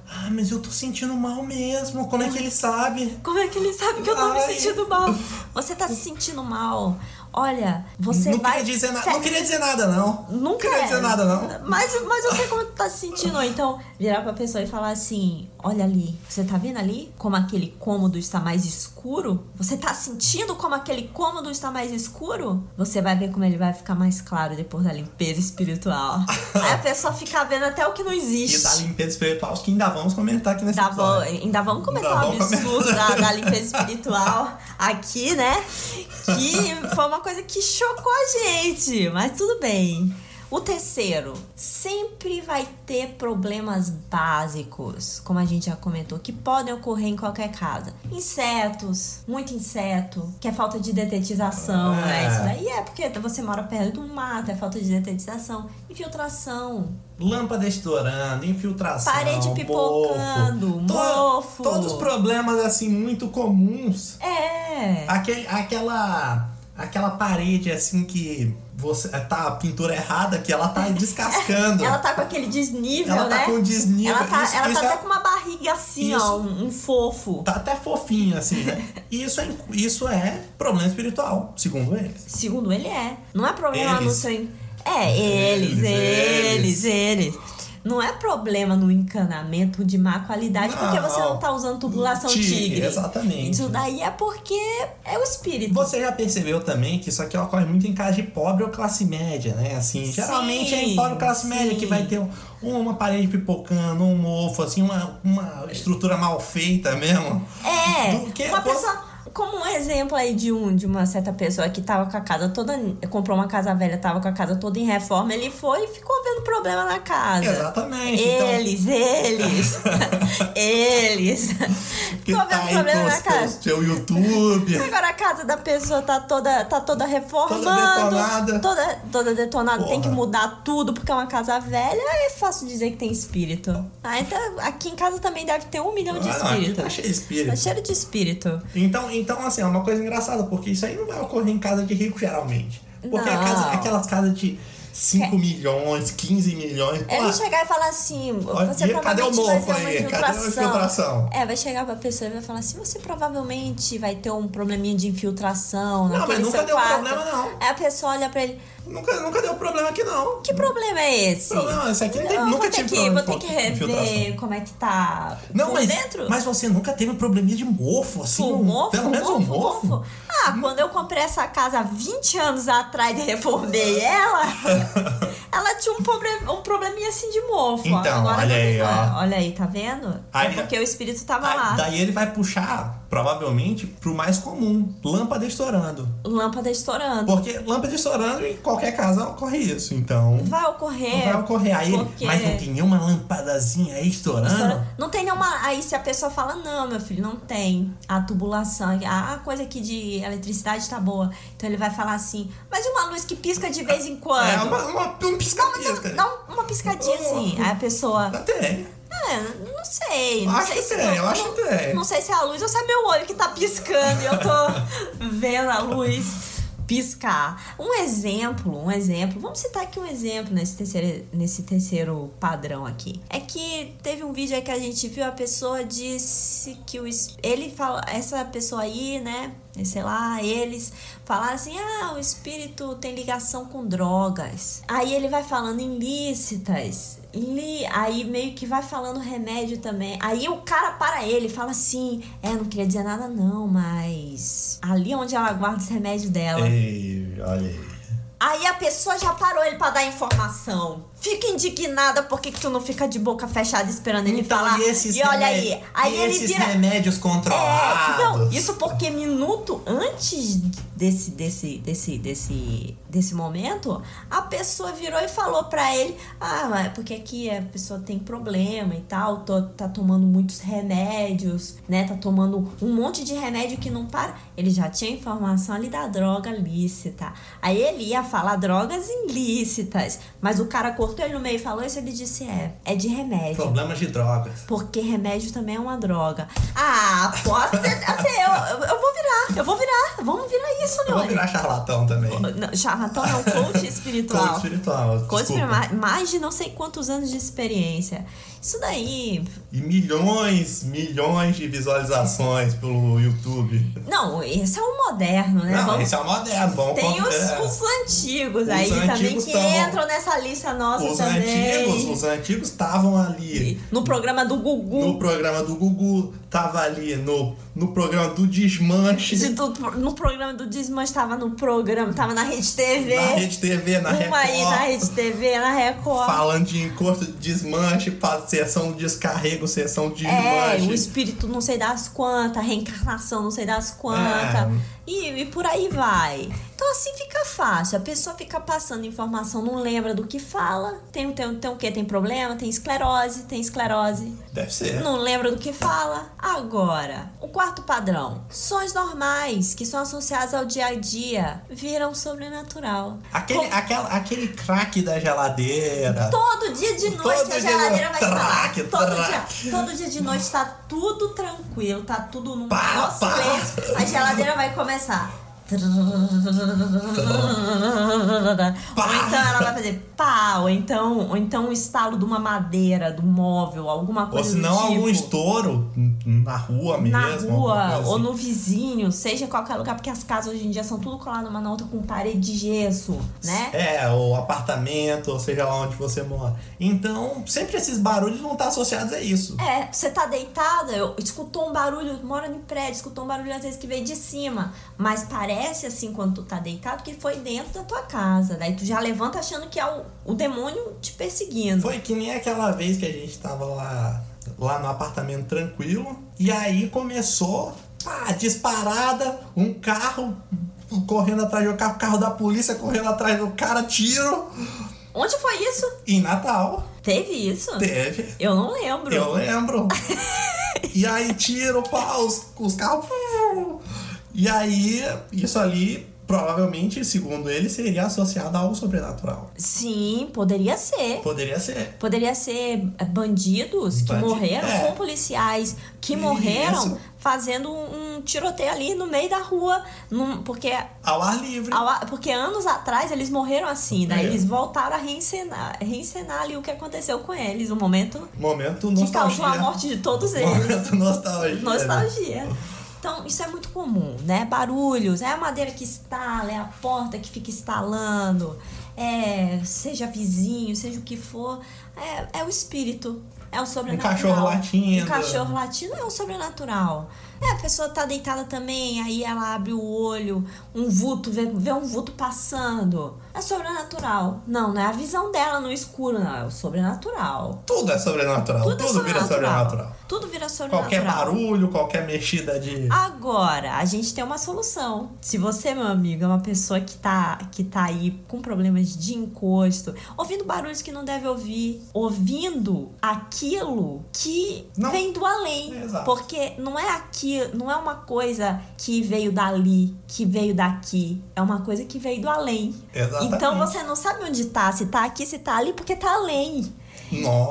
Speaker 2: Ah, mas eu tô sentindo mal mesmo. Como é que ele sabe?
Speaker 1: Como é que ele sabe que eu tô me
Speaker 2: Ai.
Speaker 1: sentindo mal? Você tá se sentindo mal. Olha, você
Speaker 2: não
Speaker 1: vai.
Speaker 2: queria dizer nada.
Speaker 1: Fe-
Speaker 2: Não queria dizer nada, não. não
Speaker 1: Nunca
Speaker 2: queria
Speaker 1: é.
Speaker 2: dizer nada, não.
Speaker 1: Mas, mas eu sei como tu tá se sentindo. Ou então, virar pra pessoa e falar assim: Olha ali, você tá vendo ali como aquele cômodo está mais escuro? Você tá sentindo como aquele cômodo está mais escuro? Você vai ver como ele vai ficar mais claro depois da limpeza espiritual. Aí a pessoa fica vendo até o que não
Speaker 2: E tá da
Speaker 1: existe.
Speaker 2: limpeza espiritual, que ainda vamos comentar aqui nesse
Speaker 1: Ainda vamos,
Speaker 2: episódio.
Speaker 1: ainda vamos comentar
Speaker 2: Ainda
Speaker 1: um
Speaker 2: vamos
Speaker 1: absurdo da, da limpeza espiritual aqui, né? Que foi uma coisa que chocou a gente, mas tudo bem. O terceiro, sempre vai ter problemas básicos, como a gente já comentou, que podem ocorrer em qualquer casa. Insetos, muito inseto, que é falta de detetização,
Speaker 2: É.
Speaker 1: né? Isso daí é porque você mora perto de um mato, é falta de detetização. Infiltração,
Speaker 2: Lâmpada estourando, infiltração.
Speaker 1: Parede pipocando,
Speaker 2: To-
Speaker 1: mofo.
Speaker 2: Todos os problemas, assim, muito comuns
Speaker 1: é...
Speaker 2: Aquele, aquela, aquela parede assim que você tá a pintura errada que ela tá descascando.
Speaker 1: Ela tá com aquele desnível,
Speaker 2: Ela
Speaker 1: né?
Speaker 2: tá com desnível.
Speaker 1: Ela tá,
Speaker 2: Isso-
Speaker 1: ela
Speaker 2: isso
Speaker 1: tá
Speaker 2: é-
Speaker 1: até com uma barriga assim, ó,
Speaker 2: Isso.
Speaker 1: um, um fofo.
Speaker 2: tá até fofinho assim, né? E isso é, isso é problema espiritual, segundo eles.
Speaker 1: Segundo ele é. Não é problema no
Speaker 2: Eles.
Speaker 1: seu. in- É, eles,
Speaker 2: Eles,
Speaker 1: eles, eles. Não é problema no encanamento de má qualidade
Speaker 2: Não.
Speaker 1: porque você não tá usando tubulação
Speaker 2: Tigre,
Speaker 1: tigre.
Speaker 2: exatamente.
Speaker 1: Isso daí é porque é o espírito.
Speaker 2: Você já percebeu também que isso aqui ocorre muito em casa de pobre ou classe média, né? Assim, geralmente é em pobre ou classe
Speaker 1: sim.
Speaker 2: média que vai ter um- uma parede pipocando, um mofo, assim, uma, uma estrutura mal feita mesmo.
Speaker 1: É,
Speaker 2: Do que
Speaker 1: uma
Speaker 2: você-
Speaker 1: pessoa... Como um exemplo aí de um de uma certa pessoa que tava com a casa toda... Comprou uma casa velha, tava com a casa toda em reforma. Ele foi e ficou vendo problema na casa.
Speaker 2: Exatamente.
Speaker 1: é,
Speaker 2: Então,
Speaker 1: Eles, eles, eles.
Speaker 2: que
Speaker 1: Ficou
Speaker 2: tá
Speaker 1: vendo
Speaker 2: aí
Speaker 1: é problema né,
Speaker 2: com
Speaker 1: na
Speaker 2: os
Speaker 1: casa.
Speaker 2: teus, teu YouTube.
Speaker 1: Agora a casa da pessoa tá toda, tá toda reformando.
Speaker 2: detonada.
Speaker 1: Toda, toda detonada. Tem que
Speaker 2: Porra.
Speaker 1: mudar tudo porque é uma casa velha. É fácil dizer que tem espírito. Ah, então aqui em casa também deve ter um milhão de
Speaker 2: Ah, não, aqui
Speaker 1: espírito.
Speaker 2: tá cheio de espírito.
Speaker 1: Tá cheiro de espírito.
Speaker 2: Então, então, assim, é uma coisa engraçada, porque isso aí não vai ocorrer em casa de rico, geralmente. Porque a
Speaker 1: Não.
Speaker 2: casa, aquelas casas de 5 milhões, 15 milhões, pô,
Speaker 1: Ele É, chegar e falar assim,
Speaker 2: Olha,
Speaker 1: você
Speaker 2: e cadê o
Speaker 1: provavelmente
Speaker 2: mofo
Speaker 1: vai ter uma
Speaker 2: aí? Cadê a
Speaker 1: infiltração.
Speaker 2: infiltração?
Speaker 1: É, vai chegar pra pessoa e vai falar assim, você provavelmente vai ter um probleminha de infiltração
Speaker 2: mas
Speaker 1: naquele
Speaker 2: nunca
Speaker 1: seu
Speaker 2: deu
Speaker 1: quarto.
Speaker 2: problema, não.
Speaker 1: Aí a pessoa olha pra ele,
Speaker 2: nunca, nunca deu problema aqui, não.
Speaker 1: que problema é esse?
Speaker 2: Problema, esse aqui não tem-
Speaker 1: Eu
Speaker 2: nunca
Speaker 1: vou ter
Speaker 2: tive
Speaker 1: que,
Speaker 2: problema
Speaker 1: vou
Speaker 2: de
Speaker 1: ter que
Speaker 2: infiltração.
Speaker 1: rever como é que tá
Speaker 2: Não,
Speaker 1: por
Speaker 2: mas,
Speaker 1: dentro.
Speaker 2: mas você nunca teve um probleminha de mofo, assim?
Speaker 1: O
Speaker 2: um-
Speaker 1: mofo,
Speaker 2: pelo menos
Speaker 1: mofo,
Speaker 2: um mofo? Uhum.
Speaker 1: mofo. Ah, quando eu comprei essa casa há 20 anos atrás e reformei ela, ela tinha um, problema, um probleminha assim de mofo.
Speaker 2: Então,
Speaker 1: Agora
Speaker 2: olha
Speaker 1: não tem
Speaker 2: aí,
Speaker 1: mais.
Speaker 2: ó.
Speaker 1: Olha aí, tá vendo?
Speaker 2: Aí-
Speaker 1: é porque o espírito tava
Speaker 2: Aí-
Speaker 1: lá.
Speaker 2: daí ele vai puxar, provavelmente, pro mais comum, lâmpada estourando.
Speaker 1: Lâmpada estourando.
Speaker 2: Porque lâmpada estourando em qualquer casa ocorre isso, então...
Speaker 1: Vai ocorrer.
Speaker 2: Vai ocorrer aí,
Speaker 1: É, porque- é.
Speaker 2: mas não tem nenhuma lampadazinha aí estourando?
Speaker 1: Estoura- Não tem nenhuma. Aí se a pessoa fala, não, meu filho, não tem a tubulação, a coisa aqui de eletricidade tá boa. Então ele vai falar assim, mas e uma luz que pisca de vez em quando?
Speaker 2: É, uma, uma, um pisca-pisca.
Speaker 1: Dá um- uma piscadinha assim. Aí a pessoa.
Speaker 2: Até.
Speaker 1: É, não sei. Não
Speaker 2: Acho
Speaker 1: sei
Speaker 2: que
Speaker 1: se
Speaker 2: tem,
Speaker 1: não-
Speaker 2: eu acho que tem.
Speaker 1: Não sei se é a luz ou se é meu olho que tá piscando e eu tô vendo a luz piscar. Um exemplo, um exemplo. Vamos citar aqui um exemplo nesse terceiro, nesse terceiro padrão aqui. É que teve um vídeo aí que a gente viu, a pessoa disse que o es- ele fala, essa pessoa aí, né, sei lá, eles falaram assim: "Ah, o espírito tem ligação com drogas". Aí ele vai falando ilícitas. Li, aí meio que vai falando remédio também. Aí o cara para ele e fala assim: É, não queria dizer nada, não, mas ali é onde ela guarda os remédios dela.
Speaker 2: É. Ei, olha aí.
Speaker 1: Aí a pessoa já parou ele pra dar informação. Fica indignada, por que, que tu não fica de boca fechada esperando ele falar?
Speaker 2: Então, e esses
Speaker 1: e olha
Speaker 2: remédios-
Speaker 1: aí, aí
Speaker 2: e
Speaker 1: ele
Speaker 2: esses
Speaker 1: vira.
Speaker 2: remédios
Speaker 1: É,
Speaker 2: controlados.
Speaker 1: não, isso porque minuto antes desse, desse, desse, desse, desse momento, a pessoa virou e falou pra ele, ah, mas porque aqui a pessoa tem problema e tal, tô- tá tomando muitos remédios, né, tá tomando um monte de remédio que não para. Ele já tinha informação ali da droga lícita. Aí ele ia falar drogas ilícitas, mas o cara cortou ele no meio e falou isso, ele disse, é, é de remédio.
Speaker 2: Problemas de drogas.
Speaker 1: Porque remédio também é uma droga. Ah, posso ter, assim, eu, eu vou virar, eu vou virar. Vamos virar isso,
Speaker 2: Eu vou
Speaker 1: Neone.
Speaker 2: virar charlatão também.
Speaker 1: Não, Charlatão não, coach
Speaker 2: Coach
Speaker 1: espiritual.
Speaker 2: espiritual.
Speaker 1: Coach
Speaker 2: desculpa.
Speaker 1: espiritual, mais de não sei quantos anos de experiência. Isso daí.
Speaker 2: E milhões, milhões de visualizações pelo YouTube.
Speaker 1: Não, esse é o moderno, né?
Speaker 2: não,
Speaker 1: Vamos-
Speaker 2: esse é o moderno. Vamos
Speaker 1: Tem os,
Speaker 2: convidar.
Speaker 1: os antigos
Speaker 2: Os
Speaker 1: aí também
Speaker 2: antigos
Speaker 1: que
Speaker 2: tavam-
Speaker 1: entram nessa lista nossa
Speaker 2: Os
Speaker 1: também.
Speaker 2: antigos, os antigos estavam ali.
Speaker 1: No programa do Gugu.
Speaker 2: No programa do Gugu, tava ali no, no programa do Desmanche.
Speaker 1: de- do- no programa do Desmanche, tava no programa, tava na Rede TV.
Speaker 2: Na Rede TV, na
Speaker 1: Uma aí na
Speaker 2: Record.
Speaker 1: Rede TV, na Record.
Speaker 2: Falando de encosto, desmanche, pa- sessão de descarrego, sessão de
Speaker 1: É, o
Speaker 2: desmanche.
Speaker 1: espírito não sei das quantas, reencarnação não sei das
Speaker 2: É.
Speaker 1: quantas. E, e por aí vai. Então assim fica fácil. A pessoa fica passando informação, não lembra do que fala. Tem, tem, tem o quê? Tem problema? Tem esclerose? Tem esclerose.
Speaker 2: Deve ser.
Speaker 1: Não lembra do que fala? Agora, o quarto padrão. Sonhos normais, que são associados ao dia a dia, viram sobrenatural.
Speaker 2: Aquele,
Speaker 1: Com-
Speaker 2: aquela, aquele craque da geladeira.
Speaker 1: Todo dia de noite
Speaker 2: Todo
Speaker 1: a
Speaker 2: dia
Speaker 1: geladeira vai estar lá.
Speaker 2: traque,
Speaker 1: Todo
Speaker 2: traque.
Speaker 1: dia, todo dia de noite tá tudo tranquilo, tá tudo num
Speaker 2: Pá,
Speaker 1: maior
Speaker 2: pá.
Speaker 1: silêncio. A geladeira vai começar. Ou então ela vai fazer pá, ou então, ou então um estalo de uma madeira, de um móvel, alguma
Speaker 2: Ou
Speaker 1: coisa
Speaker 2: se não,
Speaker 1: do tipo.
Speaker 2: algum estouro n- na rua mesmo.
Speaker 1: na
Speaker 2: alguma
Speaker 1: rua
Speaker 2: coisa
Speaker 1: ou
Speaker 2: assim.
Speaker 1: no vizinho, seja em qualquer lugar, porque as casas hoje em dia são tudo coladas uma na outra com parede de gesso, né?
Speaker 2: É, ou apartamento, ou seja lá onde você mora. Então, sempre esses barulhos vão estar associados a isso.
Speaker 1: É, você tá deitada, eu- escutou um barulho, mora no prédio, escutou um barulho às vezes que veio de cima, mas parece assim quando tu tá deitado que foi dentro da tua casa, daí tu já levanta achando que é o, o demônio te perseguindo.
Speaker 2: Foi que nem aquela vez que a gente tava lá, lá no apartamento tranquilo, e aí começou pá, disparada, um carro correndo atrás do carro, carro da polícia correndo atrás do cara, tiro.
Speaker 1: Onde foi isso?
Speaker 2: Em Natal,
Speaker 1: Teve isso?
Speaker 2: teve.
Speaker 1: Eu não lembro.
Speaker 2: Eu lembro. e aí tiro, pau, os, os carros. E aí, isso ali, provavelmente, segundo ele, seria associado a algo sobrenatural.
Speaker 1: Sim, poderia ser.
Speaker 2: Poderia ser.
Speaker 1: Poderia ser eh, bandidos que
Speaker 2: Bandido,
Speaker 1: morreram
Speaker 2: é.
Speaker 1: com policiais que morreram
Speaker 2: Isso.
Speaker 1: fazendo um um tiroteio ali no meio da rua, num- porque
Speaker 2: Ao ar livre.
Speaker 1: ao a- porque anos atrás eles morreram assim, daí
Speaker 2: É.
Speaker 1: eles voltaram a reencenar, reencenar ali o que aconteceu com eles, o momento
Speaker 2: Momento
Speaker 1: que causou
Speaker 2: nostalgia.
Speaker 1: a morte de todos eles.
Speaker 2: Momento nostalgia.
Speaker 1: Nostalgia. Então, isso é muito comum, né? Barulhos, é a madeira que estala, é a porta que fica estalando, é seja vizinho, seja o que for, é, é o espírito, é o sobrenatural.
Speaker 2: cachorro latindo.
Speaker 1: Um cachorro latindo é o sobrenatural. É, a pessoa tá deitada também, aí ela abre o olho, um vulto, vê, vê um vulto passando. É sobrenatural. Não, não é a visão dela no escuro, não, é o sobrenatural.
Speaker 2: Tudo é sobrenatural. Tudo,
Speaker 1: é
Speaker 2: vira sobrenatural.
Speaker 1: Tudo vira sobrenatural. Ah,
Speaker 2: Qualquer barulho, qualquer mexida de.
Speaker 1: Agora, a gente tem uma solução. Se você, meu amigo, é uma pessoa que tá, que tá aí com problemas de encosto, ouvindo barulhos que não deve ouvir, ouvindo aquilo que
Speaker 2: Não.
Speaker 1: vem do além.
Speaker 2: Exato.
Speaker 1: Porque não é aqui, não é uma coisa que veio dali, que veio daqui. É uma coisa que veio do além.
Speaker 2: Exatamente.
Speaker 1: Então você não sabe onde tá, se tá aqui, se tá ali, porque tá além,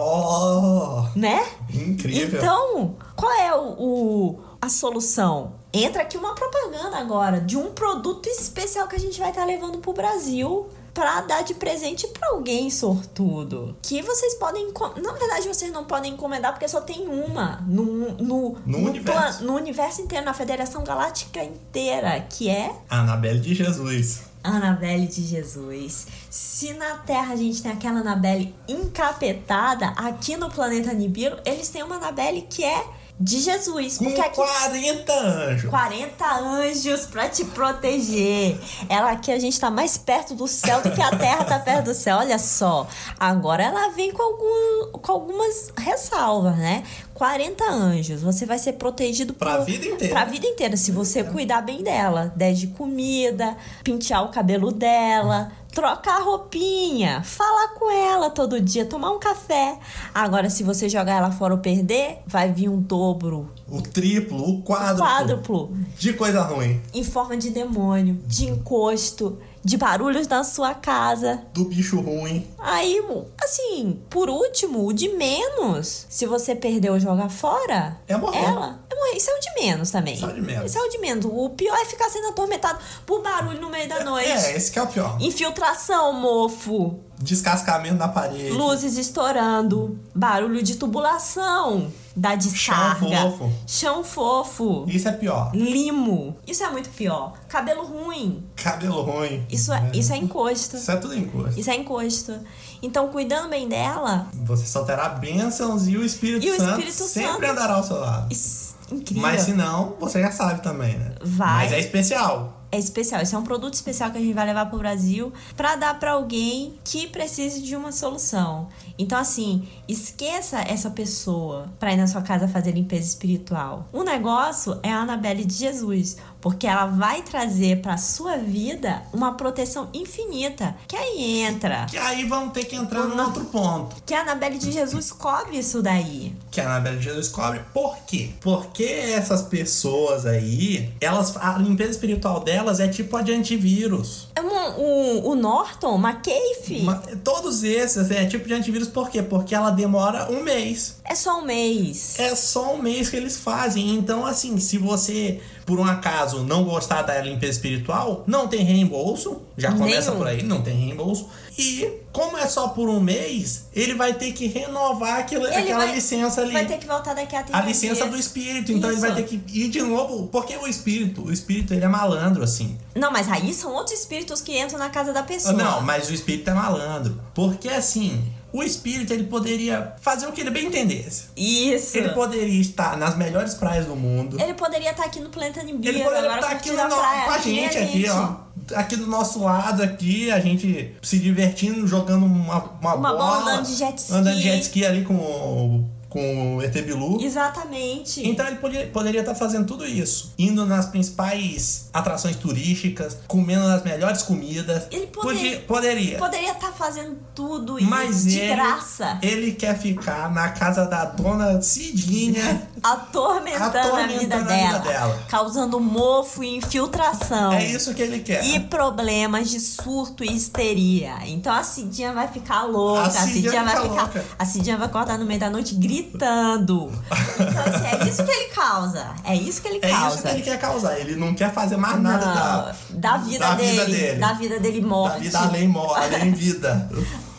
Speaker 2: Nossa!
Speaker 1: né?
Speaker 2: Incrível.
Speaker 1: Então, qual é o, o- a solução? Entra aqui uma propaganda agora de um produto especial que a gente vai estar levando pro Brasil pra dar de presente pra alguém sortudo. Que vocês podem, encom- na verdade vocês não podem encomendar porque só tem uma no no,
Speaker 2: No universo.
Speaker 1: no universo inteiro, na Federação Galáctica inteira, que é
Speaker 2: Anabelle de Jesus.
Speaker 1: Anabelle de Jesus. Se na Terra a gente tem aquela Anabelle encapetada, aqui no planeta Nibiru, eles têm uma Anabelle que é de Jesus.
Speaker 2: Com
Speaker 1: Porque aqui
Speaker 2: 40 anjos.
Speaker 1: 40 anjos pra te proteger. Ela aqui a gente tá mais perto do céu do que a Terra tá perto do céu. Olha só. Agora ela vem com, algum, com algumas ressalvas, né? 40 anjos. Você vai ser protegido
Speaker 2: Pra
Speaker 1: por-
Speaker 2: vida inteira.
Speaker 1: Pra vida inteira, se você cuidar bem dela. Der de comida, pentear o cabelo dela, trocar a roupinha, falar com ela todo dia, tomar um café. Agora, se você jogar ela fora ou perder, vai vir um dobro,
Speaker 2: O triplo, o
Speaker 1: um
Speaker 2: quádruplo.
Speaker 1: quádruplo
Speaker 2: De coisa ruim.
Speaker 1: em forma de demônio, de encosto, de barulhos na sua casa.
Speaker 2: Do bicho ruim.
Speaker 1: Aí, assim, por último, o de menos. Se você perdeu ou jogar fora,
Speaker 2: É morrer.
Speaker 1: ela. É morrer. Isso é o de menos também.
Speaker 2: Isso é o de menos.
Speaker 1: Isso é o de menos. O pior é ficar sendo atormentado por barulho no meio da noite.
Speaker 2: É, esse que é o pior.
Speaker 1: Infiltração, mofo.
Speaker 2: Descascamento na parede.
Speaker 1: Luzes estourando. Barulho de tubulação. Da descarga.
Speaker 2: fofo.
Speaker 1: Chão fofo.
Speaker 2: Isso é pior.
Speaker 1: Limo. Isso é muito pior. Cabelo ruim.
Speaker 2: Cabelo ruim.
Speaker 1: Isso é, isso é encosto.
Speaker 2: Isso é tudo em curso.
Speaker 1: Isso é encosto. Então, cuidando bem dela,
Speaker 2: Você só terá bênçãos e o Espírito,
Speaker 1: E o
Speaker 2: Santo,
Speaker 1: Espírito
Speaker 2: sempre
Speaker 1: Santo.
Speaker 2: andará ao seu lado.
Speaker 1: isso incrível.
Speaker 2: Mas se não, você já sabe também, né?
Speaker 1: Vai.
Speaker 2: Mas é especial.
Speaker 1: É especial. Isso é um produto especial que a gente vai levar pro Brasil pra dar pra alguém que precise de uma solução. Então, assim, esqueça essa pessoa pra ir na sua casa fazer limpeza espiritual. O negócio é a Anabelle de Jesus, porque ela vai trazer pra sua vida uma proteção infinita. Que aí entra.
Speaker 2: Que aí vamos ter que entrar num outro ponto.
Speaker 1: Que a Anabelle de Jesus cobre isso daí.
Speaker 2: Que a Anabelle de Jesus cobre. Por quê? Porque essas pessoas aí, elas, a limpeza espiritual delas é tipo a de antivírus.
Speaker 1: É um- o, o Norton, McAfee,
Speaker 2: Ma- todos esses assim, é tipo de antivírus, por quê? Porque ela demora um mês.
Speaker 1: é só um mês.
Speaker 2: É só um mês que eles fazem. Então, assim, se você por um acaso não gostar da limpeza espiritual, não tem reembolso. Já começa
Speaker 1: Nenhum.
Speaker 2: por aí, não tem reembolso. E como é só por um mês, ele vai ter que renovar aquela,
Speaker 1: Ele
Speaker 2: aquela
Speaker 1: vai-
Speaker 2: licença ali.
Speaker 1: Vai ter que voltar daqui a 30
Speaker 2: A licença do
Speaker 1: dias.
Speaker 2: espírito, então ele vai
Speaker 1: Isso.
Speaker 2: ter que ir de novo. Porque o espírito, o espírito ele é malandro, assim.
Speaker 1: Não, mas aí são outros espíritos que entram na casa da pessoa.
Speaker 2: Não, mas o espírito é malandro. Porque assim, o espírito ele poderia fazer o que ele bem entendesse.
Speaker 1: Isso.
Speaker 2: Ele poderia estar nas melhores praias do mundo.
Speaker 1: Ele poderia estar aqui no Planeta Nibiru.
Speaker 2: Ele poderia
Speaker 1: agora
Speaker 2: estar aqui
Speaker 1: curtindo
Speaker 2: na
Speaker 1: a
Speaker 2: no-
Speaker 1: praia, é
Speaker 2: com a
Speaker 1: nem
Speaker 2: gente aqui, ó. Aqui do nosso lado, aqui, a gente se divertindo, jogando uma, uma,
Speaker 1: Uma bola andando de jet ski.
Speaker 2: Andando de jet ski ali com, o- com o ET Bilu.
Speaker 1: Exatamente.
Speaker 2: Então ele podia- poderia estar fazendo tudo isso. Indo nas principais atrações turísticas, comendo as melhores comidas.
Speaker 1: Ele poderia-
Speaker 2: Podia- poderia.
Speaker 1: Poderia estar fazendo tudo isso
Speaker 2: Mas
Speaker 1: de
Speaker 2: ele,
Speaker 1: graça.
Speaker 2: ele quer ficar na casa da dona Cidinha.
Speaker 1: Atormentando, a
Speaker 2: Atormentando
Speaker 1: vida,
Speaker 2: a vida
Speaker 1: dela,
Speaker 2: dela.
Speaker 1: Causando mofo e infiltração.
Speaker 2: É isso que ele quer.
Speaker 1: E problemas de surto e histeria. Então a Cidinha vai ficar louca.
Speaker 2: A
Speaker 1: A Cidinha,
Speaker 2: Cidinha
Speaker 1: vai
Speaker 2: fica
Speaker 1: ficar.
Speaker 2: louca.
Speaker 1: A Cidinha vai acordar no meio da noite gritando. Então, assim, é isso que ele causa. É isso que ele
Speaker 2: é
Speaker 1: causa.
Speaker 2: isso que ele quer causar. Ele não quer fazer mais nada da,
Speaker 1: Não, da, vida,
Speaker 2: da
Speaker 1: dele,
Speaker 2: vida dele.
Speaker 1: Da vida dele
Speaker 2: da
Speaker 1: morte.
Speaker 2: vida além, mo- além vida.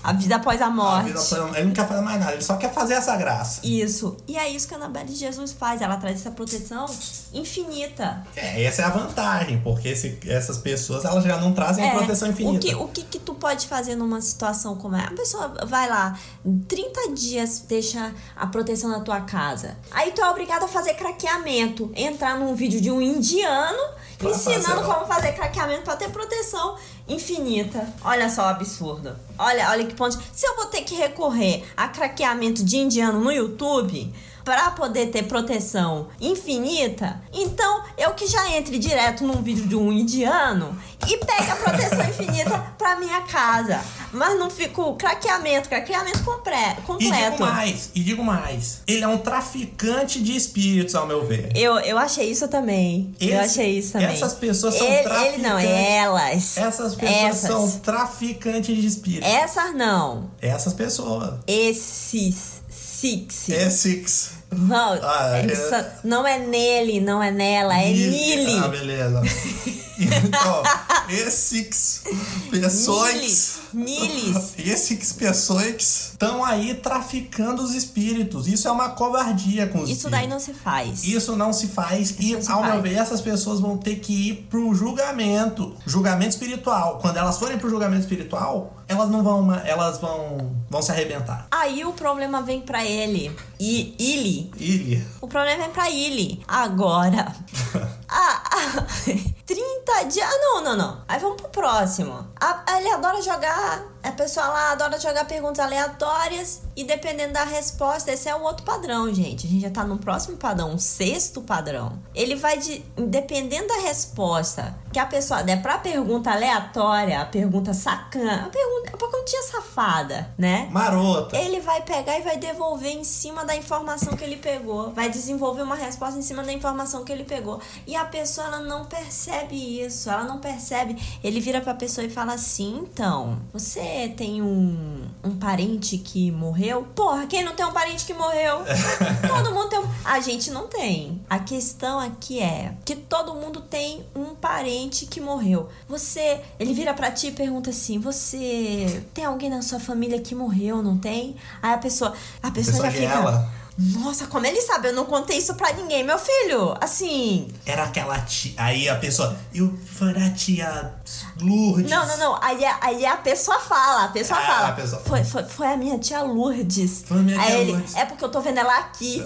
Speaker 1: A vida após a
Speaker 2: A
Speaker 1: morte.
Speaker 2: vida só- ele não quer fazer mais nada. Ele só quer fazer essa graça.
Speaker 1: Isso. E é isso que a Anabelle Jesus faz. Ela traz essa proteção infinita.
Speaker 2: É, essa é a vantagem, porque esse- essas pessoas elas já não trazem a proteção infinita.
Speaker 1: É, O, que, o que que tu pode fazer numa situação como essa? A pessoa vai lá, 30 dias deixa a proteção na tua casa. Aí tu é obrigado a fazer craqueamento. Entrar num vídeo de um indiano
Speaker 2: Pra
Speaker 1: ensinando
Speaker 2: fazer, ó.
Speaker 1: como fazer craqueamento pra ter proteção infinita. Olha só o absurdo. Olha, olha que ponto. Se eu vou ter que recorrer a craqueamento de indiano no YouTube pra poder ter proteção infinita, então eu que já entre direto num vídeo de um indiano e pego a proteção infinita pra minha casa. Mas não fico craqueamento, craqueamento compre-
Speaker 2: E digo
Speaker 1: completo.
Speaker 2: mais, e digo mais. Ele é um traficante de espíritos, ao meu ver.
Speaker 1: Eu, eu achei isso também. eu
Speaker 2: Esse-
Speaker 1: achei isso também.
Speaker 2: essas pessoas são
Speaker 1: ele, ele não,
Speaker 2: traficantes.
Speaker 1: elas.
Speaker 2: Essas pessoas
Speaker 1: Essas. É.
Speaker 2: são traficantes de espíritos.
Speaker 1: Essas não.
Speaker 2: Essas pessoas. É
Speaker 1: Esses. Six.
Speaker 2: Esses.
Speaker 1: Não,
Speaker 2: Ah, é.
Speaker 1: essa- não é nele, não é nela, é Nili.
Speaker 2: Ah, beleza. então, esses pessoas.
Speaker 1: Nilis. Nilis.
Speaker 2: Esses pessoas estão aí traficando os espíritos. Isso é uma covardia com os
Speaker 1: Isso
Speaker 2: espíritos.
Speaker 1: daí não se faz.
Speaker 2: Isso não se faz e,
Speaker 1: não se
Speaker 2: ao meu
Speaker 1: faz.
Speaker 2: ver, essas pessoas vão ter que ir pro julgamento, julgamento espiritual. Quando elas forem pro julgamento espiritual, elas não vão, ma- elas vão, vão se arrebentar.
Speaker 1: Aí o problema vem pra ele. E ele.
Speaker 2: Ele,
Speaker 1: O problema vem pra ele. Agora. Ah, ah, 30 dias. Ah, não, não, não. Aí vamos pro próximo. A- ele adora jogar. A pessoa lá adora jogar perguntas aleatórias. E dependendo da resposta, esse é o outro padrão, gente. A gente já tá no próximo padrão, um sexto padrão. Ele vai de. Dependendo da resposta que a pessoa der pra pergunta aleatória, a pergunta sacana, a pergunta. é A perguntinha safada, né?
Speaker 2: marota.
Speaker 1: Ele vai pegar e vai devolver em cima da informação que ele pegou. Vai desenvolver uma resposta em cima da informação que ele pegou. E a pessoa ela não percebe isso. Ela não percebe. Ele vira pra pessoa e fala assim: então, você tem um, um parente que morreu? Porra, quem não tem um parente que morreu? Todo mundo tem um. A gente não tem. A questão aqui é que todo mundo tem um parente que morreu. Você. Ele vira pra ti e pergunta assim: Você tem alguém na sua família que morreu, não tem? Aí a pessoa. A pessoa, é
Speaker 2: Pessoa
Speaker 1: já fica.
Speaker 2: ela
Speaker 1: Nossa, como ele sabe? Eu não contei isso pra ninguém, meu filho. Assim.
Speaker 2: era aquela tia. Aí a pessoa, eu fora a tia Lourdes.
Speaker 1: Não, não, não. Aí, a- aí a pessoa fala, a pessoa
Speaker 2: Ah,
Speaker 1: fala.
Speaker 2: a pessoa fala.
Speaker 1: Foi, foi, foi a minha tia Lourdes.
Speaker 2: Foi a minha
Speaker 1: aí
Speaker 2: tia
Speaker 1: ele,
Speaker 2: Lourdes.
Speaker 1: É porque eu tô vendo ela aqui.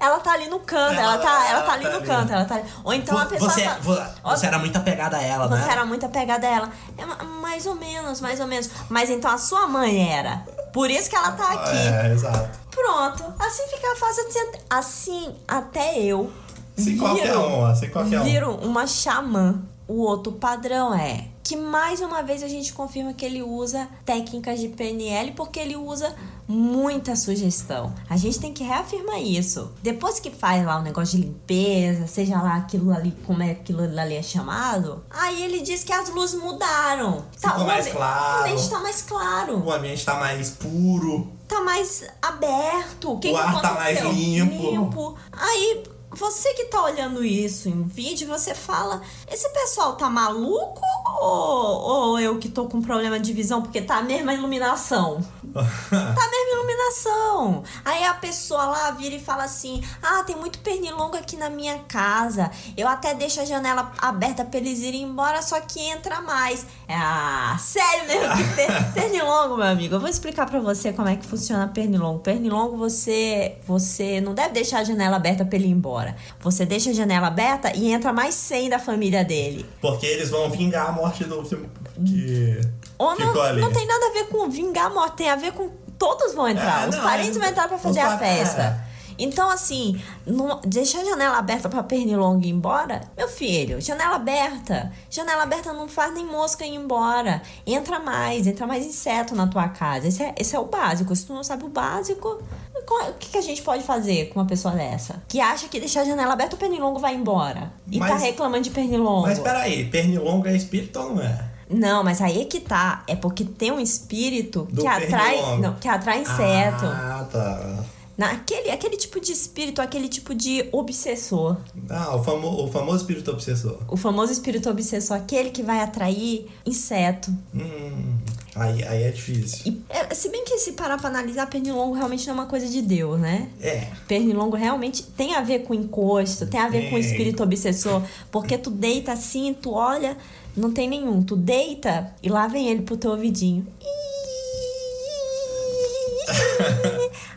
Speaker 1: ela tá ali no canto, ela,
Speaker 2: Ela-
Speaker 1: tá, ela
Speaker 2: ela
Speaker 1: tá ali
Speaker 2: tá
Speaker 1: no
Speaker 2: ali.
Speaker 1: canto, ela tá ali. Ou então a
Speaker 2: Vo-
Speaker 1: pessoa.
Speaker 2: você, é,
Speaker 1: fala-
Speaker 2: vo-
Speaker 1: Ó,
Speaker 2: você era muito apegada a ela,
Speaker 1: você
Speaker 2: né?
Speaker 1: era muito apegada a ela. É ma- mais ou menos, mais ou menos. Mas então a sua mãe era. Por isso que ela tá aqui.
Speaker 2: É, exato.
Speaker 1: Pronto. Assim fica fácil de ser. Assim, até eu.
Speaker 2: Sem qualquer
Speaker 1: viro-
Speaker 2: uma, sem qualquer um. uma.
Speaker 1: viro uma xamã. O outro padrão é que mais uma vez a gente confirma que ele usa técnicas de PNL porque ele usa muita sugestão. A gente tem que reafirmar isso. Depois que faz lá o negócio de limpeza, seja lá aquilo ali, como é aquilo ali é chamado, aí ele diz que as luzes mudaram.
Speaker 2: Ficou mais
Speaker 1: o ambi-
Speaker 2: claro.
Speaker 1: O ambiente tá mais tá claro.
Speaker 2: O ambiente tá mais puro.
Speaker 1: tá mais aberto. O, que
Speaker 2: O
Speaker 1: que
Speaker 2: ar tá
Speaker 1: aconteceu?
Speaker 2: mais limpo.
Speaker 1: limpo. Aí você que tá olhando isso em vídeo, você fala: esse pessoal tá maluco ou, ou eu que tô com problema de visão porque tá a mesma iluminação? Tá a mesma iluminação. Aí a pessoa lá vira e fala assim: Ah, tem muito pernilongo aqui na minha casa. Eu até deixo a janela aberta pra eles irem embora, só que entra mais. Ah, sério mesmo que per- pernilongo, meu amigo. Eu vou explicar pra você como é que funciona pernilongo. Pernilongo, você você não deve deixar a janela aberta pra ele ir embora. Você deixa a janela aberta e entra mais 100 da família dele.
Speaker 2: Porque eles vão vingar a morte do que, que
Speaker 1: Ou
Speaker 2: ficou
Speaker 1: não,
Speaker 2: ali.
Speaker 1: não tem nada a ver com vingar a morte, tem a ver com. Todos vão entrar.
Speaker 2: É,
Speaker 1: os
Speaker 2: não,
Speaker 1: parentes
Speaker 2: é-
Speaker 1: vão entrar pra fazer
Speaker 2: os
Speaker 1: a
Speaker 2: pa-
Speaker 1: festa. Então, assim, não- deixar a janela aberta pra pernilongo ir embora? Meu filho, janela aberta. Janela aberta não faz nem mosca ir embora. Entra mais, entra mais inseto na tua casa. Esse é, esse é o básico. Se tu não sabe o básico, qual- o que, que a gente pode fazer com uma pessoa dessa? Que acha que deixar a janela aberta o pernilongo vai embora. E tá
Speaker 2: Mas-
Speaker 1: reclamando de pernilongo.
Speaker 2: Mas peraí, pernilongo é espírito ou não é?
Speaker 1: Não, mas aí é que tá. É porque tem um espírito
Speaker 2: Do
Speaker 1: que atrai,
Speaker 2: pernilongo.
Speaker 1: não, que atrai inseto.
Speaker 2: Ah, tá.
Speaker 1: Naquele, aquele tipo de espírito, aquele tipo de obsessor.
Speaker 2: Ah, o, famo, o famoso espírito obsessor.
Speaker 1: O famoso espírito obsessor, aquele que vai atrair inseto.
Speaker 2: Hum, aí, aí é difícil.
Speaker 1: E, é, se bem que se parar pra analisar, pernilongo realmente não é uma coisa de Deus, né?
Speaker 2: É,
Speaker 1: Pernilongo realmente tem a ver com encosto, tem a ver com o
Speaker 2: Tem.
Speaker 1: espírito obsessor, porque tu deita assim, tu olha, não tem nenhum. Tu deita e lá vem ele pro teu ouvidinho.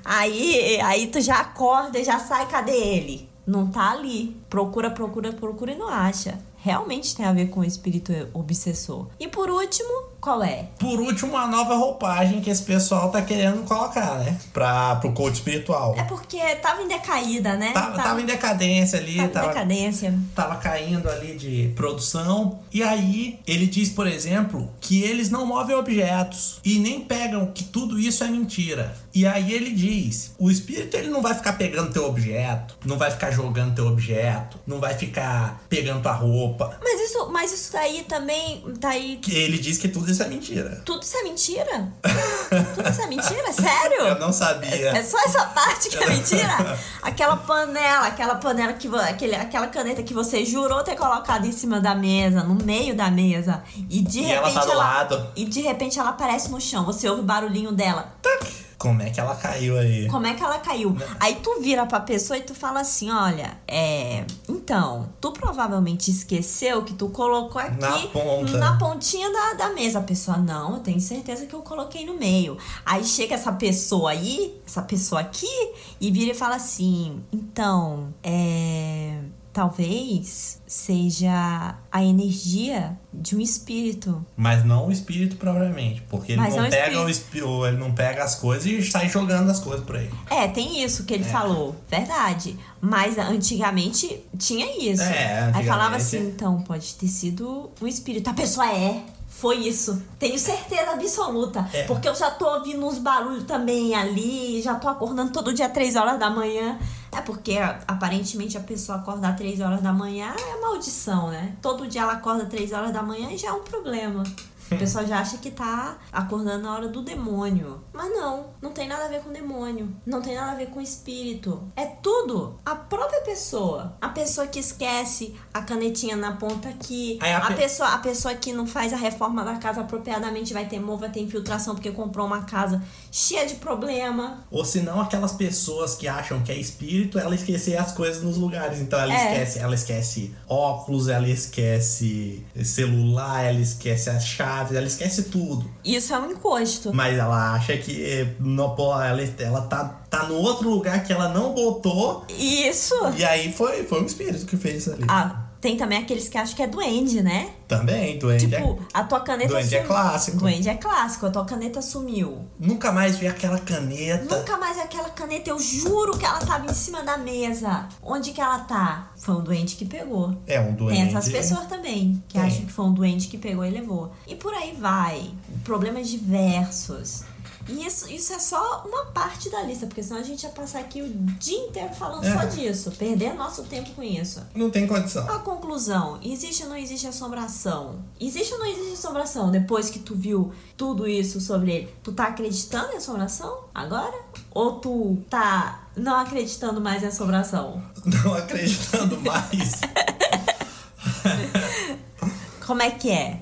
Speaker 1: aí, aí tu já acorda e já sai, cadê ele? Não tá ali. Procura, procura, procura e não acha. Realmente tem a ver com o espírito obsessor. E por último, qual é?
Speaker 2: Por último, a nova roupagem que esse pessoal tá querendo colocar, né? Pra, pro coach espiritual.
Speaker 1: É porque tava em decaída, né?
Speaker 2: Tava, tava em decadência ali,
Speaker 1: tava Tá em
Speaker 2: tava,
Speaker 1: decadência.
Speaker 2: tava caindo ali de produção. E aí, ele diz, por exemplo, que eles não movem objetos e nem pegam, que tudo isso é mentira. E aí ele diz: o espírito ele não vai ficar pegando teu objeto, não vai ficar jogando teu objeto, não vai ficar pegando tua roupa.
Speaker 1: Mas isso, mas isso daí também, daí
Speaker 2: Que ele diz que tudo isso é mentira.
Speaker 1: tudo isso é mentira? tudo isso é mentira?
Speaker 2: Eu
Speaker 1: Sério?
Speaker 2: não sabia.
Speaker 1: É só essa parte que é mentira? Aquela panela, aquela panela que vo- aquele, aquela caneta que você jurou ter colocado em cima da mesa, no meio da mesa, e de
Speaker 2: E
Speaker 1: repente
Speaker 2: ela tá do lado.
Speaker 1: e de repente ela aparece no chão, você ouve o barulhinho dela.
Speaker 2: Como é que ela caiu aí?
Speaker 1: Como é que ela caiu?
Speaker 2: Né?
Speaker 1: Aí tu vira pra pessoa e tu fala assim: olha, é. Então, tu provavelmente esqueceu que tu colocou aqui
Speaker 2: Na ponta.
Speaker 1: na pontinha da, da mesa. A pessoa, não, eu tenho certeza que eu coloquei no meio. Aí chega essa pessoa aí, essa pessoa aqui, e vira e fala assim: então, é. Talvez seja a energia de um espírito
Speaker 2: Mas não o espírito propriamente, porque ele
Speaker 1: Mas
Speaker 2: não,
Speaker 1: não o
Speaker 2: pega o espírito, ele não pega as coisas e sai jogando as coisas por aí.
Speaker 1: É, tem isso que ele falou, verdade. Mas antigamente tinha isso.
Speaker 2: É,
Speaker 1: Aí falava
Speaker 2: antigamente.
Speaker 1: assim, então, pode ter sido um espírito. A pessoa é. Foi isso. Tenho certeza absoluta.
Speaker 2: É.
Speaker 1: Porque eu já tô ouvindo uns barulhos também ali, já tô acordando todo dia três horas da manhã. É porque aparentemente a pessoa acordar três horas da manhã é maldição, né? Todo dia ela acorda três horas da manhã e já é um problema. O pessoal já acha que tá acordando na hora do demônio. Mas não, não tem nada a ver com demônio. Não tem nada a ver com espírito. É tudo a própria pessoa. A pessoa que esquece a canetinha na ponta aqui.
Speaker 2: Aí a
Speaker 1: a,
Speaker 2: pe-
Speaker 1: pessoa, a pessoa que não faz a reforma da casa apropriadamente vai ter mofo, vai ter infiltração porque comprou uma casa cheia de problema.
Speaker 2: Ou senão aquelas pessoas que acham que é espírito, ela esquece as coisas nos lugares. Então ela
Speaker 1: É.
Speaker 2: esquece, ela esquece óculos, ela esquece celular, ela esquece as chaves, ela esquece tudo.
Speaker 1: Isso é um encosto.
Speaker 2: Mas ela acha que eh, não, pô, ela, ela tá, tá no outro lugar que ela não botou.
Speaker 1: Isso.
Speaker 2: E aí foi, foi um espírito que fez isso ali.
Speaker 1: Ah, tem também aqueles que acham que é duende, né?
Speaker 2: Também, doente.
Speaker 1: Tipo, a tua
Speaker 2: é,
Speaker 1: caneta
Speaker 2: doente é
Speaker 1: sumiu.
Speaker 2: clássico.
Speaker 1: Duende é clássico, a tua caneta sumiu.
Speaker 2: Nunca mais vi aquela caneta.
Speaker 1: Nunca mais aquela caneta, eu juro que ela tava em cima da mesa. Onde que ela tá? Foi um doente que pegou.
Speaker 2: É um doente.
Speaker 1: Tem essas pessoas também, que
Speaker 2: Tem.
Speaker 1: acham que foi um doente que pegou e levou. E por aí vai. Problemas diversos. E isso, isso é só uma parte da lista, porque senão a gente ia passar aqui o dia inteiro falando
Speaker 2: É.
Speaker 1: só disso, perder nosso tempo com isso.
Speaker 2: Não tem condição.
Speaker 1: A conclusão, existe ou não existe assombração? Existe ou não existe assombração? Depois que tu viu tudo isso sobre ele, tu tá acreditando em assombração agora? Ou tu tá não acreditando mais em assombração?
Speaker 2: Não acreditando mais.
Speaker 1: Como é que é?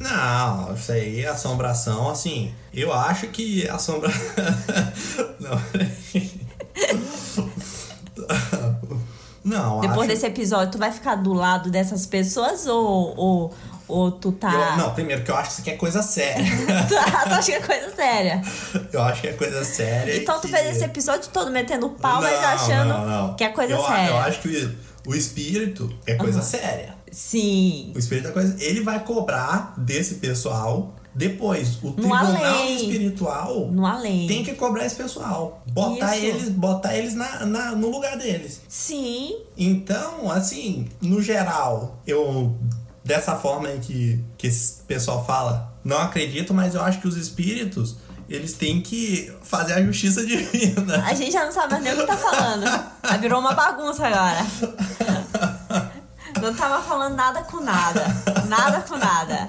Speaker 2: Não, isso aí é assombração, assim. Eu acho que assombra. Não, peraí. Não,
Speaker 1: Depois
Speaker 2: acho...
Speaker 1: desse episódio, tu vai ficar do lado dessas pessoas ou, ou, ou tu tá.
Speaker 2: Eu, não, primeiro que eu acho que isso aqui é coisa séria.
Speaker 1: tu, tu acha que é coisa séria.
Speaker 2: Eu acho que é coisa séria.
Speaker 1: Então tu
Speaker 2: que-
Speaker 1: fez esse episódio todo metendo pau, mas
Speaker 2: Não,
Speaker 1: achando
Speaker 2: não, não.
Speaker 1: que é coisa
Speaker 2: eu, a-
Speaker 1: séria.
Speaker 2: Eu acho que o, o espírito é coisa séria.
Speaker 1: Sim.
Speaker 2: O espírito é coisa. Ele vai cobrar desse pessoal depois. O tribunal
Speaker 1: Um além.
Speaker 2: espiritual
Speaker 1: No além.
Speaker 2: tem que cobrar esse pessoal. Botar
Speaker 1: Isso.
Speaker 2: eles, botar eles na, na- no lugar deles.
Speaker 1: Sim.
Speaker 2: Então, assim, no geral, eu. Dessa forma em que, que esse pessoal fala, não acredito, mas eu acho que os espíritos. Eles têm que fazer a justiça divina.
Speaker 1: A gente já não sabe mais nem o que tá falando. Já virou uma bagunça agora. Não tava falando nada com nada. Nada com nada.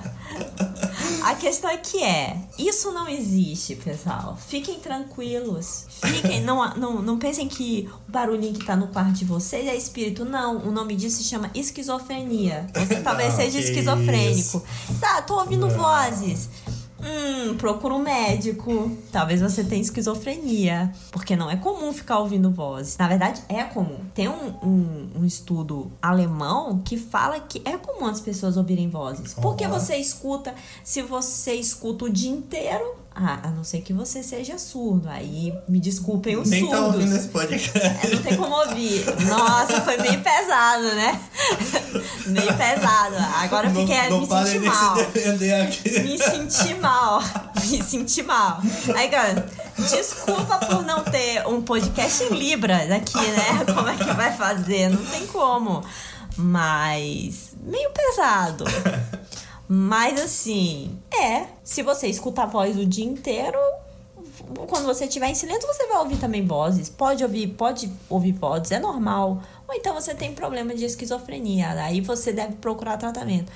Speaker 1: A questão é que é, isso não existe, pessoal. Fiquem tranquilos. Fiquem, não, não, não pensem que o barulhinho que tá no quarto de vocês é espírito. Não, o nome disso se chama esquizofrenia. Você talvez
Speaker 2: Não,
Speaker 1: seja
Speaker 2: que
Speaker 1: esquizofrênico. Tá, tô ouvindo
Speaker 2: Não.
Speaker 1: vozes. Hum, procura um médico. Talvez você tenha esquizofrenia. Porque não é comum ficar ouvindo vozes. Na verdade, é comum. Tem um, um, um estudo alemão que fala que é comum as pessoas ouvirem vozes. Porque
Speaker 2: Olá.
Speaker 1: você escuta, se você escuta o dia inteiro. Ah, a não ser que você seja surdo. Aí me desculpem os
Speaker 2: Nem tá ouvindo
Speaker 1: surdos.
Speaker 2: esse podcast.
Speaker 1: É, não tem como ouvir. Nossa, foi meio pesado, né? meio pesado. Agora eu fiquei
Speaker 2: não
Speaker 1: me
Speaker 2: podem
Speaker 1: senti
Speaker 2: nem
Speaker 1: mal.
Speaker 2: se defender aqui.
Speaker 1: Me senti mal. Me senti mal. Aí, cara, desculpa por não ter um podcast em Libras aqui, né? Como é que vai fazer? Não tem como. Mas. meio pesado. Mas assim, é. Se você escuta a voz o dia inteiro, quando você estiver em silêncio, você vai ouvir também vozes. Pode ouvir, pode ouvir vozes, é normal. Ou então você tem problema de esquizofrenia, aí você deve procurar tratamento.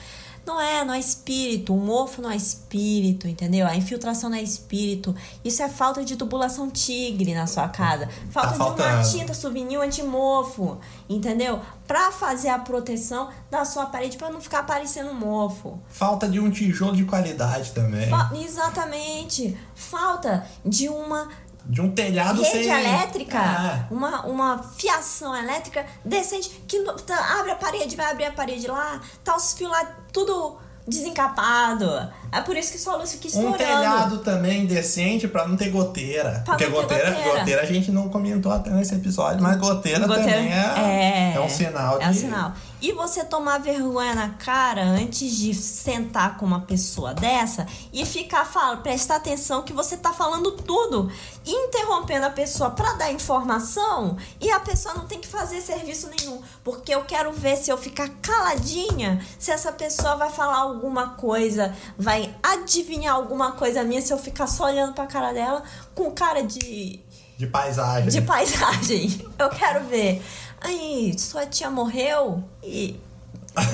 Speaker 1: Não é, não é espírito, o mofo não é espírito, entendeu? A infiltração não é espírito. Isso é falta de tubulação tigre na sua casa. Falta de uma
Speaker 2: faltando.
Speaker 1: tinta tinta souvenir anti-mofo, entendeu? Pra fazer a proteção da sua parede pra não ficar parecendo um mofo.
Speaker 2: Falta de um tijolo de qualidade também.
Speaker 1: Fa- exatamente. Falta de uma
Speaker 2: De um telhado
Speaker 1: rede
Speaker 2: sem.
Speaker 1: elétrica,
Speaker 2: Ah,
Speaker 1: uma, uma fiação elétrica decente que não- tá, abre a parede, vai abrir a parede lá, tá os fios lá tudo desencapado. É por isso que sua luz fica
Speaker 2: um
Speaker 1: estourando.
Speaker 2: telhado também decente pra não ter goteira.
Speaker 1: Pra
Speaker 2: Porque
Speaker 1: não ter
Speaker 2: goteira,
Speaker 1: goteira.
Speaker 2: a gente não comentou até nesse episódio, mas goteira, também é, é um sinal
Speaker 1: É um
Speaker 2: de-
Speaker 1: sinal. E você tomar vergonha na cara antes de sentar com uma pessoa dessa e ficar falando, prestar atenção que você tá falando tudo, interrompendo a pessoa pra dar informação e a pessoa não tem que fazer serviço nenhum, porque eu quero ver se eu ficar caladinha, se essa pessoa vai falar alguma coisa, vai adivinhar alguma coisa minha se eu ficar só olhando pra cara dela com cara de
Speaker 2: de paisagem.
Speaker 1: de paisagem. Eu quero ver. Ai, sua tia morreu e.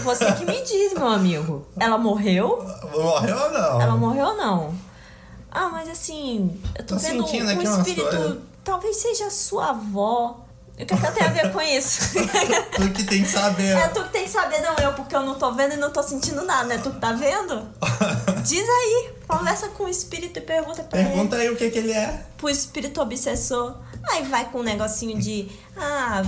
Speaker 1: Você que me diz, meu amigo. Ela morreu?
Speaker 2: Morreu ou não?
Speaker 1: Ela morreu ou não? Ah, mas assim, eu tô,
Speaker 2: Tô
Speaker 1: vendo
Speaker 2: sentindo
Speaker 1: um
Speaker 2: aqui umas coisas.
Speaker 1: espírito. Talvez seja a sua avó. O que, é que eu tenho a ver com isso?
Speaker 2: Tu que tem que saber.
Speaker 1: é tu que tem que saber, não eu, porque eu não tô vendo e não tô sentindo nada, né? Tu que tá vendo? Diz aí, conversa com o espírito e pergunta pra ele
Speaker 2: Pergunta aí o que, que ele é.
Speaker 1: pro espírito obsessor. Aí vai com um negocinho de, ah,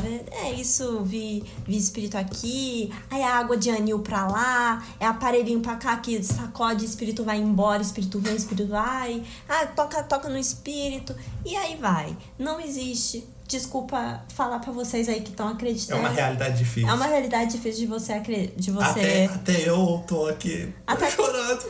Speaker 1: é isso, vi, vi espírito aqui, aí a água de anil pra lá, é aparelhinho pra cá que sacode, espírito vai embora, espírito vem, espírito vai, ah, toca, toca no espírito, e aí vai. Não existe. Desculpa falar pra vocês aí que estão
Speaker 2: É
Speaker 1: acreditando.
Speaker 2: uma realidade difícil.
Speaker 1: É uma realidade difícil de você acreditar. De você.
Speaker 2: Até, até eu tô aqui
Speaker 1: Até que-
Speaker 2: chorando.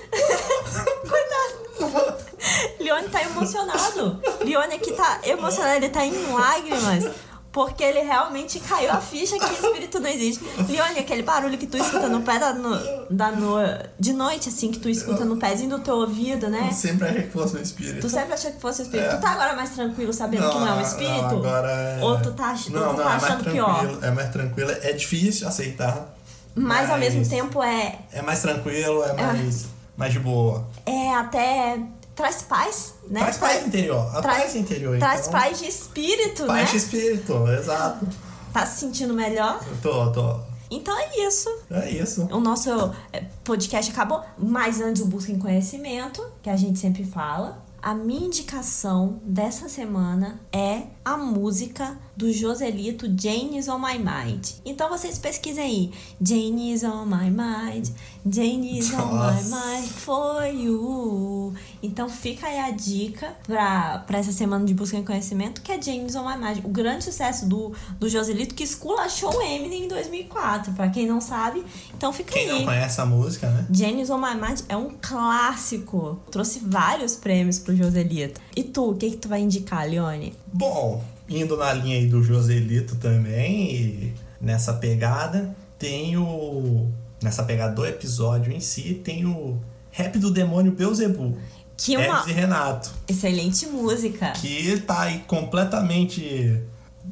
Speaker 1: Leone tá emocionado. Leone aqui tá emocionado, ele tá em lágrimas. Porque ele realmente caiu a ficha que espírito não existe. E olha aquele barulho que tu escuta no pé da, no, da no, de noite, assim, que tu escuta no pezinho do teu ouvido, né?
Speaker 2: Sempre achei que fosse um espírito.
Speaker 1: Tu sempre achou que fosse um espírito.
Speaker 2: É.
Speaker 1: Tu tá agora mais tranquilo sabendo
Speaker 2: Não,
Speaker 1: que não é um
Speaker 2: não,
Speaker 1: espírito?
Speaker 2: agora é-
Speaker 1: Ou tu tá, ach- ou
Speaker 2: Não,
Speaker 1: tu
Speaker 2: não,
Speaker 1: tá
Speaker 2: é mais
Speaker 1: achando pior?
Speaker 2: tranquilo. É mais tranquilo. É difícil aceitar.
Speaker 1: Mas ao mesmo tempo é,
Speaker 2: É mais tranquilo, é
Speaker 1: Ah.
Speaker 2: mais, mais de boa.
Speaker 1: é até. Traz paz, né?
Speaker 2: Traz paz interior. A
Speaker 1: traz-
Speaker 2: paz interior,
Speaker 1: Traz
Speaker 2: então.
Speaker 1: paz né? de espírito,
Speaker 2: Paz de
Speaker 1: né?
Speaker 2: espírito, exato.
Speaker 1: Tá se sentindo melhor?
Speaker 2: Eu tô, tô.
Speaker 1: Então é isso.
Speaker 2: É isso.
Speaker 1: O nosso eh, podcast acabou, mas antes o Busca em Conhecimento, que a gente sempre fala. A minha indicação dessa semana é a música do Joselito Jane's on My Mind. Então vocês pesquisem aí. Jane's on my mind, Jane's on my
Speaker 2: Nossa.
Speaker 1: mind for you. Então fica aí a dica pra, pra essa semana de busca em conhecimento, que é James on My Mind. O grande sucesso do, do Joselito, que esculachou o Eminem em 2004, pra quem não sabe. Então fica
Speaker 2: Quem não
Speaker 1: aí.
Speaker 2: conhece a música, né?
Speaker 1: James on My Mind é um clássico. Trouxe vários prêmios pro Joselito. E tu, o que que tu vai indicar, Leone?
Speaker 2: Bom, indo na linha aí do Joselito também, e nessa pegada, tem o. Nessa pegada do episódio em si, tem o Rap do Demônio Beuzebu.
Speaker 1: Que
Speaker 2: Hermes
Speaker 1: uma
Speaker 2: e Renato.
Speaker 1: excelente música.
Speaker 2: Que tá aí completamente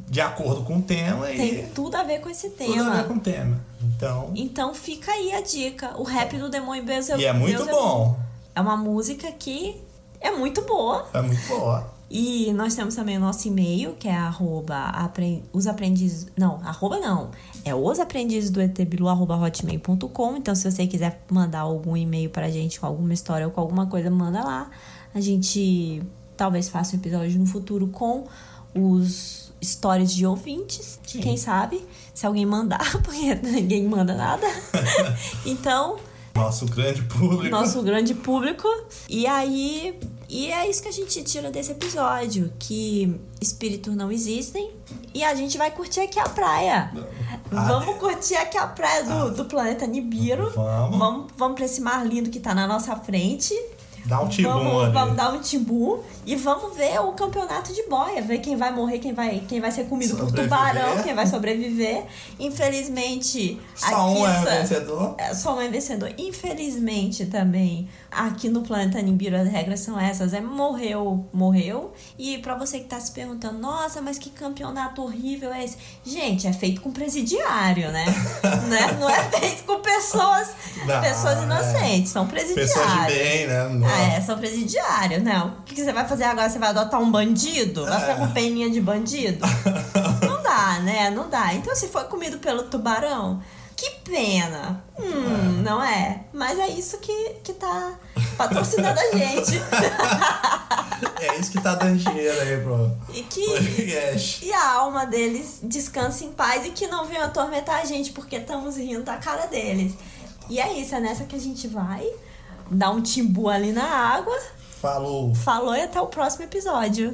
Speaker 2: de acordo com o tema e
Speaker 1: Tem tudo a ver com esse
Speaker 2: é. tudo a ver
Speaker 1: tema.
Speaker 2: com o tema. Então.
Speaker 1: Então fica aí a dica. O rap do Demônio Beelzebub.
Speaker 2: E é muito
Speaker 1: Beelzebub
Speaker 2: bom.
Speaker 1: É uma música que é muito boa.
Speaker 2: É muito boa.
Speaker 1: E nós temos também o nosso e-mail, que é arroba apren- os aprendizes... Não, arroba não. É os aprendizes do ETBilu, arroba hotmail.com. Então, se você quiser mandar algum e-mail pra gente com alguma história ou com alguma coisa, manda lá. A gente talvez faça um episódio no futuro com os histórias de ouvintes.
Speaker 2: Sim.
Speaker 1: Quem sabe? Se alguém mandar, porque ninguém manda nada. então,
Speaker 2: Nosso grande público.
Speaker 1: nosso grande público. E aí. E é isso que a gente tira desse episódio: que espíritos não existem. E a gente vai curtir aqui a praia.
Speaker 2: Ah.
Speaker 1: Vamos curtir aqui a praia do, do planeta Nibiru.
Speaker 2: Vamos.
Speaker 1: vamos. Vamos pra esse mar lindo que tá na nossa frente.
Speaker 2: Dá um tibum
Speaker 1: Vamos,
Speaker 2: ali.
Speaker 1: vamos dar um timbu e vamos ver o campeonato de boia, ver quem vai morrer, quem vai, quem vai ser comido por
Speaker 2: Sobreviver.
Speaker 1: tubarão, quem vai sobreviver. Infelizmente,
Speaker 2: Só um é o
Speaker 1: Kissa-
Speaker 2: vencedor.
Speaker 1: é, só uma vencedor. Infelizmente também, aqui no planeta Nibiru as regras são essas, é morreu, morreu. E pra você que tá se perguntando, nossa, mas que campeonato horrível é esse? Gente, é feito com presidiário, né? Né? Não é feito com pessoas,
Speaker 2: Não,
Speaker 1: pessoas
Speaker 2: é.
Speaker 1: inocentes, são presidiários.
Speaker 2: Pessoas de bem, né?
Speaker 1: Ah, é, são presidiários, né? O que que você vai fazer agora? Você vai adotar um bandido? Vai ficar
Speaker 2: É.
Speaker 1: com peninha de bandido? Não dá, né? Não dá. Então, se foi comido pelo tubarão, que pena. Hum, não é? Mas é isso que, que tá patrocinando a gente.
Speaker 2: É isso que tá dando dinheiro aí pro
Speaker 1: E que.
Speaker 2: podcast.
Speaker 1: E a alma deles descanse em paz e que não venham atormentar a gente, porque estamos rindo da cara deles. E é isso, é nessa que a gente vai. Dar um timbu ali na água.
Speaker 2: Falou.
Speaker 1: Falou e até o próximo episódio.